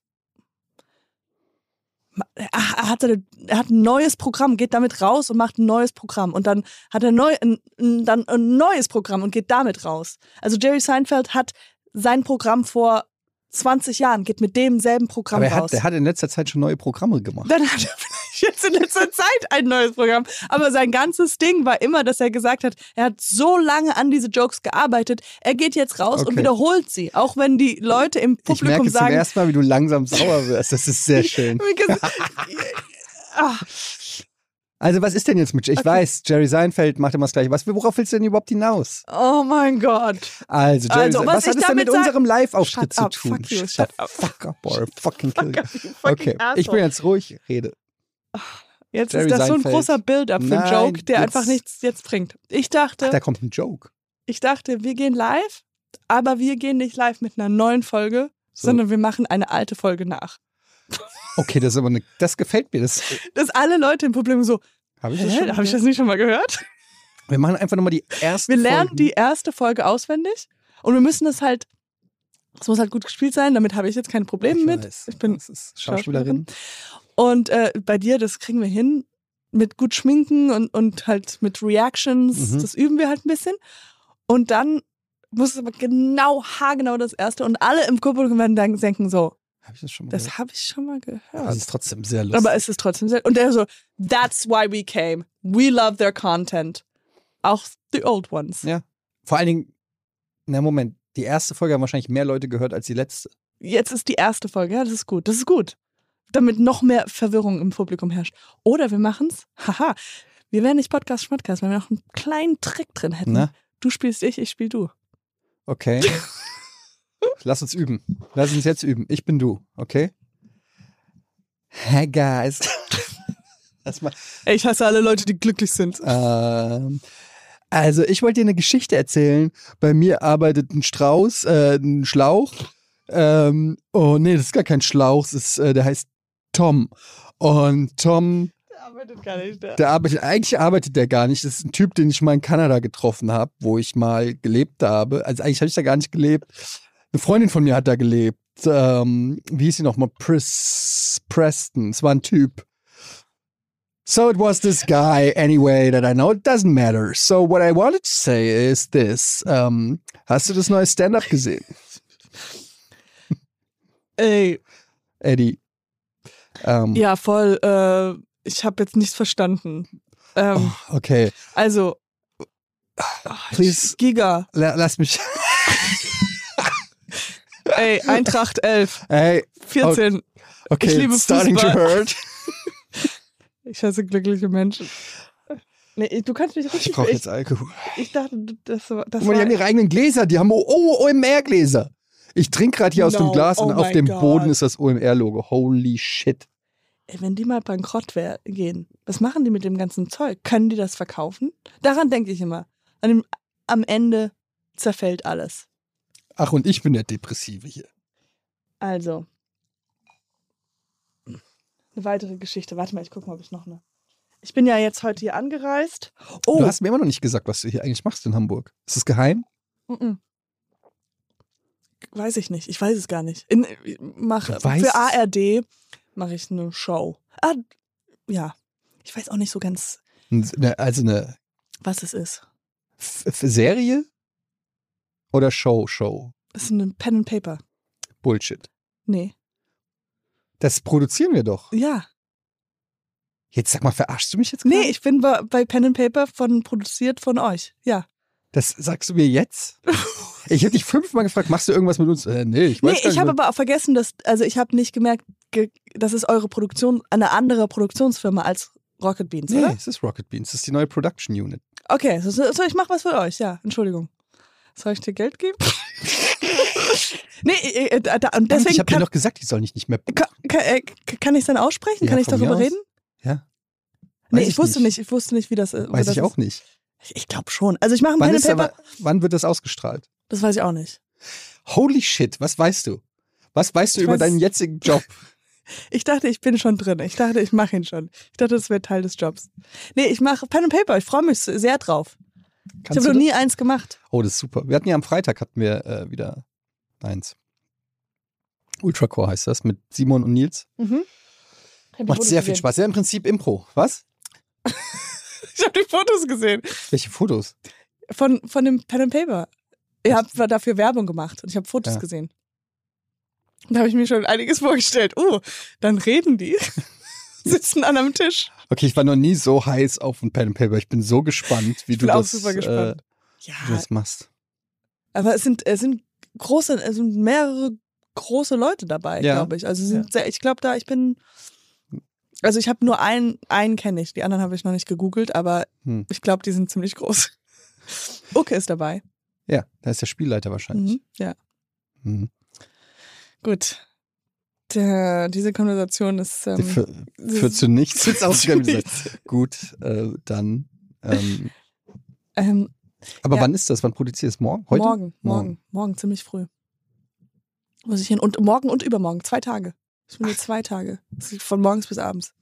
Speaker 1: Ach, er, hatte, er hat ein neues Programm, geht damit raus und macht ein neues Programm. Und dann hat er neu, ein, ein- dann ein neues Programm und geht damit raus. Also Jerry Seinfeld hat sein Programm vor 20 Jahren, geht mit demselben Programm
Speaker 2: Aber er
Speaker 1: raus.
Speaker 2: hat, der hat in letzter Zeit schon neue Programme gemacht.
Speaker 1: dann hat er vielleicht jetzt in letzter Zeit ein neues Programm. Aber sein ganzes Ding war immer, dass er gesagt hat, er hat so lange an diese Jokes gearbeitet, er geht jetzt raus und
Speaker 2: Okay.
Speaker 1: wiederholt sie. Auch wenn die Leute im
Speaker 2: Ich
Speaker 1: Publikum
Speaker 2: merke zum
Speaker 1: sagen,
Speaker 2: ersten Mal, wie du langsam sauer wirst. Das ist sehr schön.
Speaker 1: Ah,
Speaker 2: Also, was ist denn jetzt mit. Ich weiß, Jerry Seinfeld macht immer das Gleiche. Was, worauf willst du denn überhaupt hinaus?
Speaker 1: oh mein Gott.
Speaker 2: Also, Jerry
Speaker 1: Also,
Speaker 2: Seinfeld- was,
Speaker 1: was
Speaker 2: hat
Speaker 1: ich
Speaker 2: es denn
Speaker 1: damit
Speaker 2: mit
Speaker 1: sag-
Speaker 2: unserem Live-Auftritt
Speaker 1: Shut
Speaker 2: zu
Speaker 1: up,
Speaker 2: tun?
Speaker 1: fuck you,
Speaker 2: the
Speaker 1: shut up.
Speaker 2: Fuck up, or I'll fucking kill you.
Speaker 1: you fucking
Speaker 2: Okay, ich bin
Speaker 1: asshole.
Speaker 2: jetzt ruhig, rede.
Speaker 1: Jetzt
Speaker 2: Jerry
Speaker 1: ist das so ein
Speaker 2: Seinfeld.
Speaker 1: großer Build-up für einen
Speaker 2: Nein,
Speaker 1: Joke, der
Speaker 2: jetzt-
Speaker 1: einfach nichts jetzt bringt. Ich dachte,
Speaker 2: Ach, da kommt ein Joke.
Speaker 1: ich dachte, wir gehen live, aber wir gehen nicht live mit einer neuen Folge,
Speaker 2: So.
Speaker 1: sondern wir machen eine alte Folge nach.
Speaker 2: Okay, das ist aber eine, das gefällt mir. Das
Speaker 1: Dass alle Leute im Publikum so,
Speaker 2: habe ich das schon.
Speaker 1: hä, habe ich das nicht schon mal gehört?
Speaker 2: Wir machen einfach nochmal die ersten.
Speaker 1: Wir lernen
Speaker 2: Folgen.
Speaker 1: die erste Folge auswendig und wir müssen das halt, es muss halt gut gespielt sein, damit habe ich jetzt keine Probleme
Speaker 2: ich
Speaker 1: mit.
Speaker 2: Weiß,
Speaker 1: Ich bin
Speaker 2: das ist Schauspielerin.
Speaker 1: Und äh, bei dir, das kriegen wir hin mit gut Schminken und, und halt mit Reactions,
Speaker 2: Mhm.
Speaker 1: das üben wir halt ein bisschen. Und dann muss es aber genau, haargenau das erste und alle im Publikum werden dann denken so,
Speaker 2: Habe ich das schon mal
Speaker 1: das
Speaker 2: gehört?
Speaker 1: habe ich schon mal gehört.
Speaker 2: Aber es ist trotzdem sehr lustig.
Speaker 1: Aber es ist trotzdem sehr. Und der so, that's why we came. We love their content. Auch the old ones.
Speaker 2: Ja. Vor allen Dingen, na Moment, Die erste Folge haben wahrscheinlich mehr Leute gehört als die letzte.
Speaker 1: Jetzt ist die erste Folge, ja, das ist gut, das ist gut. Damit noch mehr Verwirrung im Publikum herrscht. Oder wir machen's, haha, wir wären nicht Podcast Schmodcast, wenn wir noch einen kleinen Trick drin hätten.
Speaker 2: Na?
Speaker 1: Du spielst ich, ich spiel du.
Speaker 2: Okay. Lass uns üben. Lass uns jetzt üben. Ich bin du, okay? Hey guys. Lass mal.
Speaker 1: Ey, ich hasse alle Leute, die glücklich sind.
Speaker 2: Ähm, also, ich wollte dir eine Geschichte erzählen. Bei mir arbeitet ein Strauß, äh, ein Schlauch. Ähm, oh nee, das ist gar kein Schlauch, das ist, äh, der heißt Tom. Und Tom,
Speaker 1: Arbeitet gar nicht ne? da.
Speaker 2: der arbeitet, eigentlich arbeitet der gar nicht. Das ist ein Typ, den ich mal in Kanada getroffen habe, wo ich mal gelebt habe. Also eigentlich habe ich da gar nicht gelebt. Eine Freundin von mir hat da gelebt. Ähm, wie hieß sie nochmal? Pris, Preston. Es war ein Typ. So it was this guy anyway that I know. It doesn't matter. So what I wanted to say is this. Ähm, hast du das neue Stand-up gesehen,
Speaker 1: Ey,
Speaker 2: Eddie? Ähm,
Speaker 1: ja, voll. Äh, ich habe jetzt nichts verstanden. Ähm,
Speaker 2: Okay,
Speaker 1: Also,
Speaker 2: Ah,
Speaker 1: oh,
Speaker 2: Please.
Speaker 1: Giga,
Speaker 2: La lass mich.
Speaker 1: ey, Eintracht 11,
Speaker 2: Hey,
Speaker 1: 14.
Speaker 2: Oh. okay,
Speaker 1: Ich liebe
Speaker 2: it's starting to
Speaker 1: Fußball.
Speaker 2: hurt.
Speaker 1: Ich hasse glückliche Menschen. Nee, du kannst mich richtig.
Speaker 2: Ich brauche jetzt Alkohol.
Speaker 1: ich dachte, das war. Das
Speaker 2: Guck mal, die haben ihre eigenen Gläser, die haben O- O- OMR-Gläser. Ich trinke gerade hier aus dem
Speaker 1: No,
Speaker 2: Glas und
Speaker 1: oh
Speaker 2: auf
Speaker 1: mein
Speaker 2: dem
Speaker 1: Gott.
Speaker 2: Boden ist das OMR-Logo. Holy shit.
Speaker 1: ey, wenn die mal bankrott wär, gehen, was machen die mit dem ganzen Zeug? Können die das verkaufen? Daran denke ich immer. An dem, am Ende zerfällt alles.
Speaker 2: Ach, und ich bin der Depressive hier.
Speaker 1: Also. Eine weitere Geschichte. Warte mal, ich gucke mal, ob ich noch eine. Ich bin ja jetzt heute hier angereist. Oh,
Speaker 2: Du hast mir immer noch nicht gesagt, was du hier eigentlich machst in Hamburg. Ist das geheim?
Speaker 1: Mm-mm. Weiß ich nicht. Ich weiß es gar nicht. In, mach,
Speaker 2: Du weißt es?
Speaker 1: für ARD mache ich eine Show. Ah, ja. Ich weiß auch nicht so ganz,
Speaker 2: N- ne, Also eine
Speaker 1: was es ist.
Speaker 2: F F Serie oder Show, Show?
Speaker 1: Es ist ein Pen and Paper.
Speaker 2: Bullshit.
Speaker 1: Nee.
Speaker 2: Das produzieren wir doch.
Speaker 1: Ja.
Speaker 2: Jetzt sag mal, verarschst du mich jetzt gerade?
Speaker 1: Nee, ich bin bei, bei Pen and Paper von produziert von euch. Ja.
Speaker 2: Das sagst du mir jetzt? ich hätte dich fünfmal gefragt, machst du irgendwas mit uns? Äh, nee, ich weiß gar
Speaker 1: Nee, ich
Speaker 2: nicht.
Speaker 1: habe
Speaker 2: mehr.
Speaker 1: aber auch vergessen, dass, also ich habe nicht gemerkt, ge, das ist eure Produktion, eine andere Produktionsfirma als Rocket Beans,
Speaker 2: Nee,
Speaker 1: oder?
Speaker 2: es ist Rocket Beans, das ist die neue Production Unit.
Speaker 1: Okay, so, so, so ich mach was für euch, ja. Entschuldigung. Soll ich dir Geld geben? nee, äh, äh, da, da,
Speaker 2: Deswegen
Speaker 1: und
Speaker 2: ich
Speaker 1: deswegen
Speaker 2: habe dir
Speaker 1: kann,
Speaker 2: doch gesagt, ich soll nicht, nicht mehr.
Speaker 1: kann, kann, äh, kann ich dann aussprechen?
Speaker 2: Ja,
Speaker 1: kann ich
Speaker 2: von mir
Speaker 1: darüber
Speaker 2: aus.
Speaker 1: reden?
Speaker 2: Ja.
Speaker 1: Nee,
Speaker 2: Weiß
Speaker 1: ich,
Speaker 2: ich
Speaker 1: wusste
Speaker 2: nicht.
Speaker 1: nicht. ich wusste nicht, wie Äh, das ist.
Speaker 2: Weiß ich auch
Speaker 1: nicht.
Speaker 2: nicht.
Speaker 1: Ich glaube schon. Also ich mache ein
Speaker 2: Wann,
Speaker 1: Pen and
Speaker 2: ist
Speaker 1: Paper.
Speaker 2: aber, wann wird das ausgestrahlt?
Speaker 1: das weiß ich auch nicht.
Speaker 2: Holy shit, was weißt du? Was weißt du
Speaker 1: Ich
Speaker 2: über
Speaker 1: weiß-
Speaker 2: deinen jetzigen Job?
Speaker 1: Ich dachte, ich bin schon drin. Ich dachte, ich mache ihn schon. Ich dachte, das wäre Teil des Jobs. Nee, ich mache Pen and Paper. Ich freue mich sehr drauf.
Speaker 2: Kannst du
Speaker 1: ich habe noch
Speaker 2: das?
Speaker 1: nie eins gemacht.
Speaker 2: Oh, das ist super. Wir hatten ja am Freitag hatten wir äh, wieder eins. Ultracore heißt das mit Simon und Nils.
Speaker 1: Mhm.
Speaker 2: Macht sehr viel Spaß. Ja, im Prinzip Impro. Was?
Speaker 1: Ich habe die Fotos gesehen.
Speaker 2: Welche Fotos?
Speaker 1: Von, von dem Pen and Paper. Ihr habt dafür Werbung gemacht und ich habe Fotos
Speaker 2: Ja.
Speaker 1: gesehen. Und da habe ich mir schon einiges vorgestellt. Oh, dann reden die. Sitzen an einem Tisch.
Speaker 2: Okay, ich war noch nie so heiß auf ein Pen and Paper. Ich bin so gespannt, wie
Speaker 1: bin
Speaker 2: du
Speaker 1: auch
Speaker 2: das,
Speaker 1: super
Speaker 2: äh,
Speaker 1: gespannt.
Speaker 2: wie du
Speaker 1: Ja,
Speaker 2: das machst.
Speaker 1: aber es sind, es sind große, es sind mehrere große Leute dabei,
Speaker 2: Ja.
Speaker 1: glaube ich. Also es sind sehr, ich glaube da, ich bin. Also ich habe nur einen, einen kenne ich, die anderen habe ich noch nicht gegoogelt, aber
Speaker 2: Hm.
Speaker 1: ich glaube, die sind ziemlich groß. Uke ist dabei.
Speaker 2: Ja, da ist der Spielleiter wahrscheinlich.
Speaker 1: Mhm. Ja.
Speaker 2: Mhm.
Speaker 1: Gut. Der, diese Konversation ist. Ähm,
Speaker 2: Für, führt zu nichts. Ist ausgegangen, wie gesagt. Gut, äh, dann. Ähm,
Speaker 1: ähm,
Speaker 2: aber
Speaker 1: Ja.
Speaker 2: wann ist das? Wann produziert es? Morgen? Heute?
Speaker 1: morgen, morgen,
Speaker 2: Morgen.
Speaker 1: morgen, ziemlich früh. Muss ich hin. Und morgen und übermorgen, zwei Tage. Ich bin nur zwei Tage. Das ist Von morgens bis abends.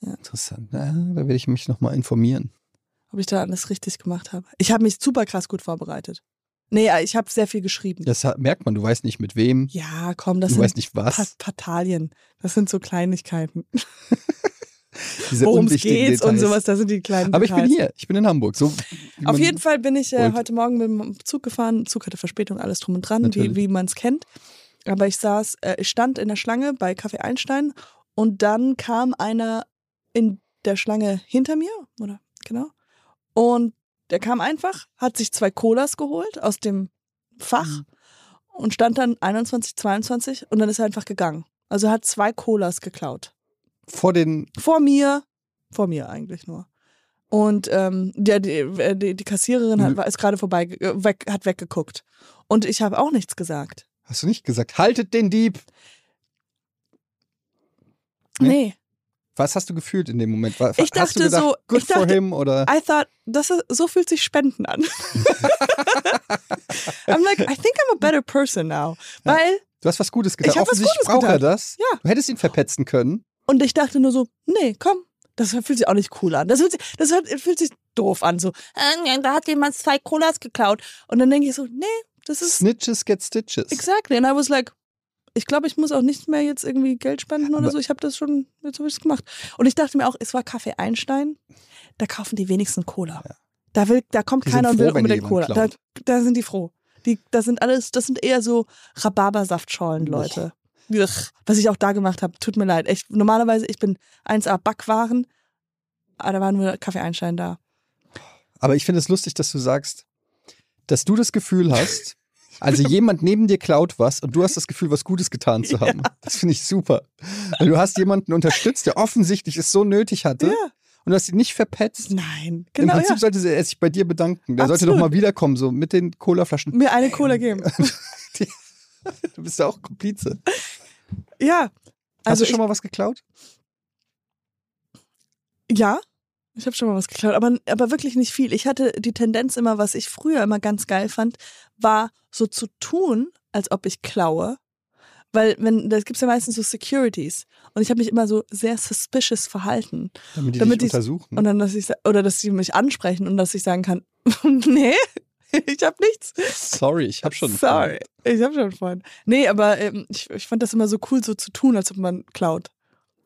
Speaker 2: Interessant. Na, da werde ich mich nochmal informieren.
Speaker 1: Ob ich da alles richtig gemacht habe. Ich habe mich super krass gut vorbereitet. Nee, äh, ich habe sehr viel geschrieben.
Speaker 2: Das hat- merkt man, du weißt nicht mit wem,
Speaker 1: Ja, komm, das
Speaker 2: du weißt
Speaker 1: sind
Speaker 2: nicht
Speaker 1: pa
Speaker 2: was.
Speaker 1: Partalien. Das sind so Kleinigkeiten.
Speaker 2: Diese
Speaker 1: Worum
Speaker 2: unwichtigen
Speaker 1: geht's und
Speaker 2: Details.
Speaker 1: sowas, das sind die kleinen
Speaker 2: Aber ich bin
Speaker 1: Details.
Speaker 2: hier, ich bin in Hamburg. So, wie
Speaker 1: Auf
Speaker 2: man-
Speaker 1: jeden Fall bin ich äh,
Speaker 2: Und-
Speaker 1: heute Morgen mit dem Zug gefahren. Zug hatte Verspätung, alles drum und dran,
Speaker 2: Natürlich.
Speaker 1: wie, wie man es kennt. Aber ich saß, äh, ich stand in der Schlange bei Café Einstein und dann kam einer in der Schlange hinter mir, oder? Genau. Und der kam einfach, hat sich zwei Colas geholt aus dem Fach
Speaker 2: Mhm.
Speaker 1: und stand dann 21, 22 und dann ist er einfach gegangen. Also er hat zwei Colas geklaut.
Speaker 2: Vor den.
Speaker 1: Vor mir, vor mir eigentlich nur. Und ähm, der, die, äh, die, die Kassiererin hat,
Speaker 2: Mhm.
Speaker 1: war- ist gerade vorbei, äh, weg, hat weggeguckt. Und ich habe auch nichts gesagt.
Speaker 2: Hast du nicht gesagt, haltet den Dieb? Nee?
Speaker 1: Nee.
Speaker 2: Was hast du gefühlt in dem Moment? War,
Speaker 1: Ich
Speaker 2: hast du
Speaker 1: dachte
Speaker 2: gedacht,
Speaker 1: so-
Speaker 2: good
Speaker 1: ich dachte-
Speaker 2: for him oder
Speaker 1: I thought, das ist, so fühlt sich Spenden an. I'm like, I think I'm a better person now. Weil,
Speaker 2: du hast was Gutes getan.
Speaker 1: hab was
Speaker 2: Offensichtlich
Speaker 1: Gutes
Speaker 2: braucht er
Speaker 1: getan.
Speaker 2: das.
Speaker 1: Ja.
Speaker 2: Du hättest ihn verpetzen können.
Speaker 1: und ich dachte nur so, nee, komm, das fühlt sich auch nicht cool an. Das fühlt sich, das hat, fühlt sich doof an, so, äh, da hat jemand zwei Colas geklaut. Und dann denke ich so, nee, das ist,
Speaker 2: Snitches get stitches.
Speaker 1: exactly. And I was like, ich glaube, ich muss auch nicht mehr jetzt irgendwie Geld spenden oder
Speaker 2: Aber-
Speaker 1: so. Ich habe das schon, jetzt habe ich es gemacht. Und ich dachte mir auch, es war Kaffee Einstein, da kaufen die wenigsten Cola. Da, will, da kommt
Speaker 2: Die
Speaker 1: keiner und
Speaker 2: sind
Speaker 1: will
Speaker 2: froh, wenn
Speaker 1: unbedingt Cola.
Speaker 2: jemand
Speaker 1: Da, da sind die froh. Die, das sind alles, das sind eher so Rhabarbersaftschollen, Leute. Ugh. Was ich auch da gemacht habe, tut mir leid. Echt, normalerweise, ich bin 1A Backwaren, aber da war nur Kaffee Einstein da.
Speaker 2: Aber ich finde es lustig, dass du sagst, dass du das Gefühl hast, also jemand neben dir klaut was und du hast das Gefühl, was Gutes getan zu haben. Das finde ich super. Weil du hast jemanden unterstützt, der offensichtlich es so nötig hatte
Speaker 1: Ja.
Speaker 2: und du hast ihn nicht verpetzt.
Speaker 1: Nein,
Speaker 2: Im
Speaker 1: genau.
Speaker 2: Prinzip
Speaker 1: Ja.
Speaker 2: sollte er sich bei dir bedanken. Der sollte
Speaker 1: Absolut. Mhm.
Speaker 2: nochmal wiederkommen, so mit den Colaflaschen.
Speaker 1: Mir eine Cola geben.
Speaker 2: Du bist ja auch Komplize.
Speaker 1: ja. Also
Speaker 2: hast du
Speaker 1: ich-
Speaker 2: schon mal was geklaut?
Speaker 1: Ja, ich habe schon mal was geklaut, aber, aber wirklich nicht viel. Ich hatte die Tendenz immer, was ich früher immer ganz geil fand, war so zu tun, als ob ich klaue. Weil wenn, das gibt's ja meistens so Securities. Und ich habe mich immer so sehr suspicious verhalten.
Speaker 2: Damit die
Speaker 1: Damit
Speaker 2: dich
Speaker 1: die-
Speaker 2: untersuchen.
Speaker 1: Und dann, dass ich sa- oder dass sie mich ansprechen und dass ich sagen kann, nee, ich habe nichts.
Speaker 2: Sorry, ich habe schon.
Speaker 1: Sorry, ich habe schon einen Freund. Nee, aber ähm, ich, ich fand das immer so cool, so zu tun, als ob man klaut.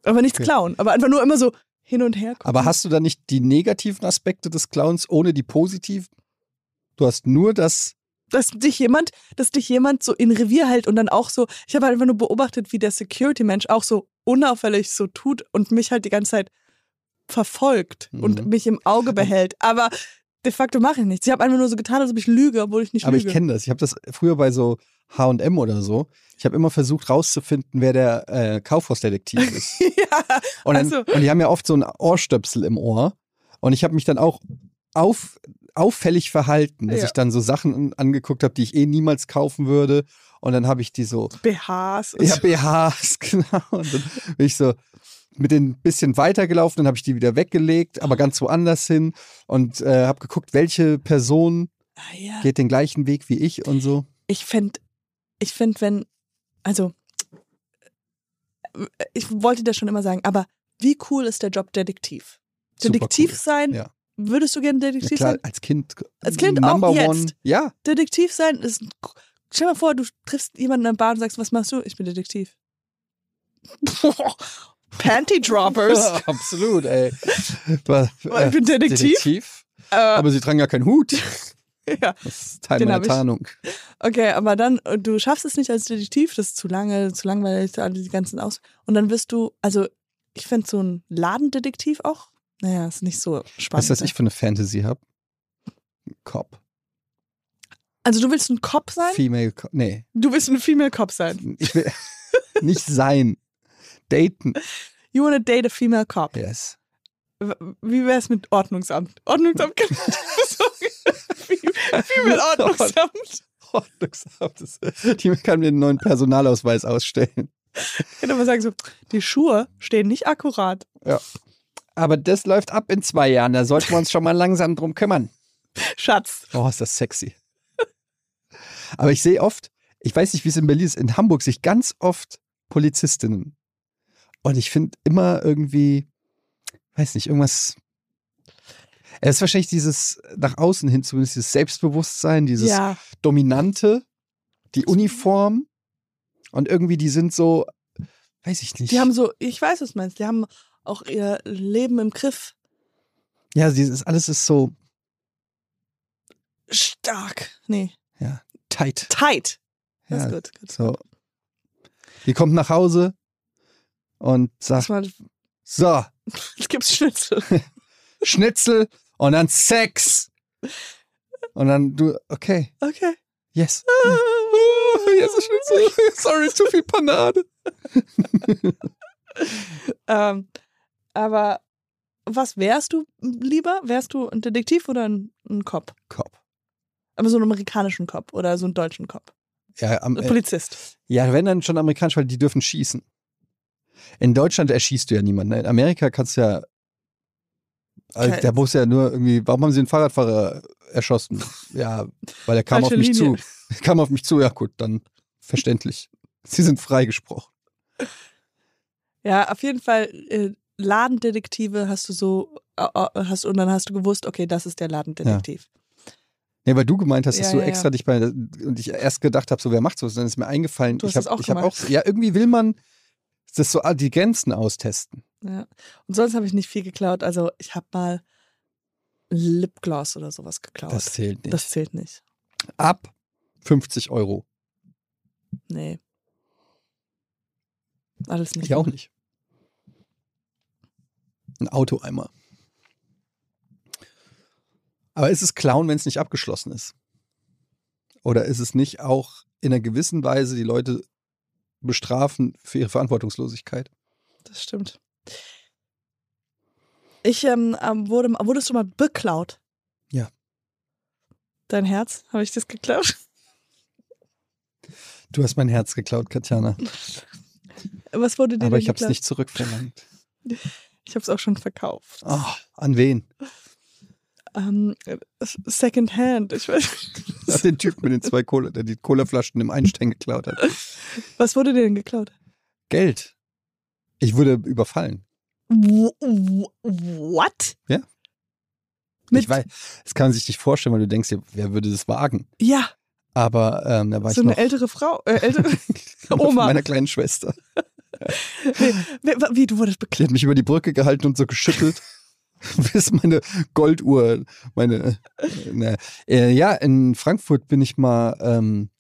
Speaker 1: Aber nichts
Speaker 2: Okay.
Speaker 1: klauen, aber einfach nur immer so hin und her gucken.
Speaker 2: Aber hast du dann nicht die negativen Aspekte des Clowns ohne die positiven? Du hast nur das
Speaker 1: dass dich jemand, dass dich jemand so in Revier hält und dann auch so, ich habe halt einfach nur beobachtet, wie der Security-Mensch auch so unauffällig so tut und mich halt die ganze Zeit verfolgt und
Speaker 2: Mhm.
Speaker 1: mich im Auge behält. Aber de facto mache ich nichts. Ich habe einfach nur so getan, als ob ich lüge, obwohl ich nicht
Speaker 2: Aber
Speaker 1: lüge.
Speaker 2: ich kenne das. Ich habe das früher bei so HM oder so. Ich habe immer versucht rauszufinden, wer der äh, Kaufhausdetektiv ist.
Speaker 1: ja,
Speaker 2: Und, dann,
Speaker 1: Also-
Speaker 2: und die haben ja oft so einen Ohrstöpsel im Ohr. Und ich habe mich dann auch auf, auffällig verhalten, dass
Speaker 1: Ja.
Speaker 2: ich dann so Sachen angeguckt habe, die ich eh niemals kaufen würde. Und dann habe ich die so
Speaker 1: BHs. und
Speaker 2: Ja,
Speaker 1: so.
Speaker 2: BHs, genau. Und dann bin ich so mit den bisschen weitergelaufen, dann habe ich die wieder weggelegt, aber ganz woanders hin und äh, habe geguckt, welche Person
Speaker 1: Ah, ja.
Speaker 2: geht den gleichen Weg wie ich und so.
Speaker 1: ich fände, ich fänd, wenn, also, ich wollte das schon immer sagen, aber wie cool ist der Job Detektiv?
Speaker 2: Super
Speaker 1: Detektiv
Speaker 2: cool.
Speaker 1: sein,
Speaker 2: Ja.
Speaker 1: würdest du gerne
Speaker 2: Ja,
Speaker 1: Detektiv
Speaker 2: klar,
Speaker 1: sein?
Speaker 2: als Kind. äh,
Speaker 1: Als Kind auch
Speaker 2: Number
Speaker 1: jetzt.
Speaker 2: One. Ja,
Speaker 1: Detektiv sein ist. ein K- Stell mal vor, du triffst jemanden am Bar und sagst, was machst du? Ich bin Detektiv. Panty Droppers.
Speaker 2: absolut, ey. War,
Speaker 1: Ich bin Detektiv. Äh,
Speaker 2: Aber sie tragen ja keinen Hut.
Speaker 1: ja.
Speaker 2: Das ist Teil
Speaker 1: Den hab
Speaker 2: meiner
Speaker 1: ich.
Speaker 2: Tarnung.
Speaker 1: Okay, aber dann, äh, du schaffst es nicht als Detektiv, das ist zu lange, zu langweilig, alle die ganzen Aus. Und dann wirst du, also ich fände so ein Ladendetektiv auch, naja, ist nicht so spannend.
Speaker 2: Weißt du, was ich für eine Fantasy habe? Cop.
Speaker 1: also du willst ein Cop sein?
Speaker 2: Female Cop. Nee,
Speaker 1: Du willst ein Female Cop sein.
Speaker 2: ich will nicht sein. Daten.
Speaker 1: You wanna date a female cop.
Speaker 2: Yes.
Speaker 1: W- Wie wär's mit Ordnungsamt? Ordnungsamt kann Sorry. Female Ordnungsamt.
Speaker 2: Oh, Ordnungsamt ist. Die kann mir einen neuen Personalausweis ausstellen.
Speaker 1: Ich könnte aber sagen so, die Schuhe stehen nicht akkurat.
Speaker 2: Aber das läuft ab in zwei Jahren. Da sollten wir uns schon mal langsam drum kümmern.
Speaker 1: Schatz.
Speaker 2: Oh, ist das sexy. Aber ich sehe oft, ich weiß nicht, wie es in Berlin ist, in Hamburg sich ganz oft Polizistinnen. Und ich finde immer irgendwie, weiß nicht, irgendwas. Es ist wahrscheinlich dieses nach außen hin zumindest dieses Selbstbewusstsein, dieses
Speaker 1: Ja.
Speaker 2: Dominante, die Uniform und irgendwie die sind so, weiß ich nicht.
Speaker 1: Die haben so, ich weiß, was du meinst, die haben auch ihr Leben im Griff.
Speaker 2: ja, dieses, alles ist so
Speaker 1: Stark. Nee.
Speaker 2: tight.
Speaker 1: Tight. Das
Speaker 2: Ja,
Speaker 1: ist gut. gut.
Speaker 2: So. Die kommt nach Hause und
Speaker 1: Das
Speaker 2: sagt,
Speaker 1: war,
Speaker 2: so,
Speaker 1: es gibt Schnitzel.
Speaker 2: Schnitzel und dann Sex. Und dann du, okay,
Speaker 1: Okay.
Speaker 2: Yes. yes, ich will so. Sorry, zu viel Panade.
Speaker 1: Ähm, aber was wärst du lieber? Wärst du ein Detektiv oder ein, ein Cop?
Speaker 2: Kopf.
Speaker 1: Aber so einen amerikanischen Cop oder so einen deutschen Cop.
Speaker 2: Ja, am,
Speaker 1: Ein
Speaker 2: äh,
Speaker 1: Polizist.
Speaker 2: ja, wenn dann schon amerikanisch, weil die dürfen schießen. In Deutschland erschießt du ja niemanden. ne? In Amerika kannst du ja. Also,
Speaker 1: Kein-
Speaker 2: der muss ja nur irgendwie. Warum haben sie den Fahrradfahrer erschossen? Ja, weil er kam auf
Speaker 1: Falsche
Speaker 2: mich
Speaker 1: Linie.
Speaker 2: zu. Er kam auf mich zu, ja gut, dann verständlich. Sie sind freigesprochen.
Speaker 1: Ja, auf jeden Fall äh, Ladendetektive hast du so äh, äh, hast und dann hast du gewusst, okay, das ist der Ladendetektiv.
Speaker 2: Nee, weil du gemeint hast, dass
Speaker 1: Ja,
Speaker 2: du
Speaker 1: ja, ja.
Speaker 2: extra dich bei. Und ich erst gedacht habe, so, wer macht sowas? Dann ist mir eingefallen,
Speaker 1: Du hast
Speaker 2: ich habe
Speaker 1: das auch
Speaker 2: ich hab
Speaker 1: gemacht.
Speaker 2: auch. Ja, irgendwie will man das so ah, die Grenzen austesten.
Speaker 1: Ja. Und sonst habe ich nicht viel geklaut. Also ich habe mal Lipgloss oder sowas geklaut.
Speaker 2: Das zählt nicht.
Speaker 1: Oh, Das zählt nicht.
Speaker 2: Ab 50 Euro.
Speaker 1: Nee. Alles nicht.
Speaker 2: Ich auch nicht. Ein Autoeimer. Aber ist es Clown, wenn es nicht abgeschlossen ist? Oder ist es nicht auch in einer gewissen Weise die Leute bestrafen für ihre Verantwortungslosigkeit?
Speaker 1: Das stimmt. Ich ähm, ähm, wurde, wurdest du mal beklaut?
Speaker 2: Ja.
Speaker 1: Dein Herz? Habe ich das geklaut?
Speaker 2: Du hast mein Herz geklaut, Katjana.
Speaker 1: Was wurde dir
Speaker 2: Aber
Speaker 1: denn
Speaker 2: ich habe es
Speaker 1: geklaut?
Speaker 2: nicht zurückverlangt.
Speaker 1: Ich habe es auch schon verkauft.
Speaker 2: Ah, an wen?
Speaker 1: Ähm, second hand. Ich weiß.
Speaker 2: An den Typ mit den zwei Cola, der die Colaflaschen im Einstein geklaut hat.
Speaker 1: Was wurde dir denn geklaut?
Speaker 2: Geld. Ich wurde überfallen.
Speaker 1: W- w- What?
Speaker 2: Ja.
Speaker 1: Mit,
Speaker 2: ich weiß, das kann man sich nicht vorstellen, weil du denkst, dir, wer würde das wagen?
Speaker 1: Ja,
Speaker 2: Aber ähm, da war
Speaker 1: so
Speaker 2: ich
Speaker 1: eine
Speaker 2: noch
Speaker 1: ältere Frau. Äh, ältere,
Speaker 2: von
Speaker 1: Oma.
Speaker 2: meiner kleinen Schwester.
Speaker 1: nee, wer- wa- wie, du wurdest
Speaker 2: Die
Speaker 1: beklaut?
Speaker 2: hat mich über die Brücke gehalten und so geschüttelt, bis meine Golduhr, meine, äh, ne. äh, ja, in Frankfurt bin ich mal, ähm,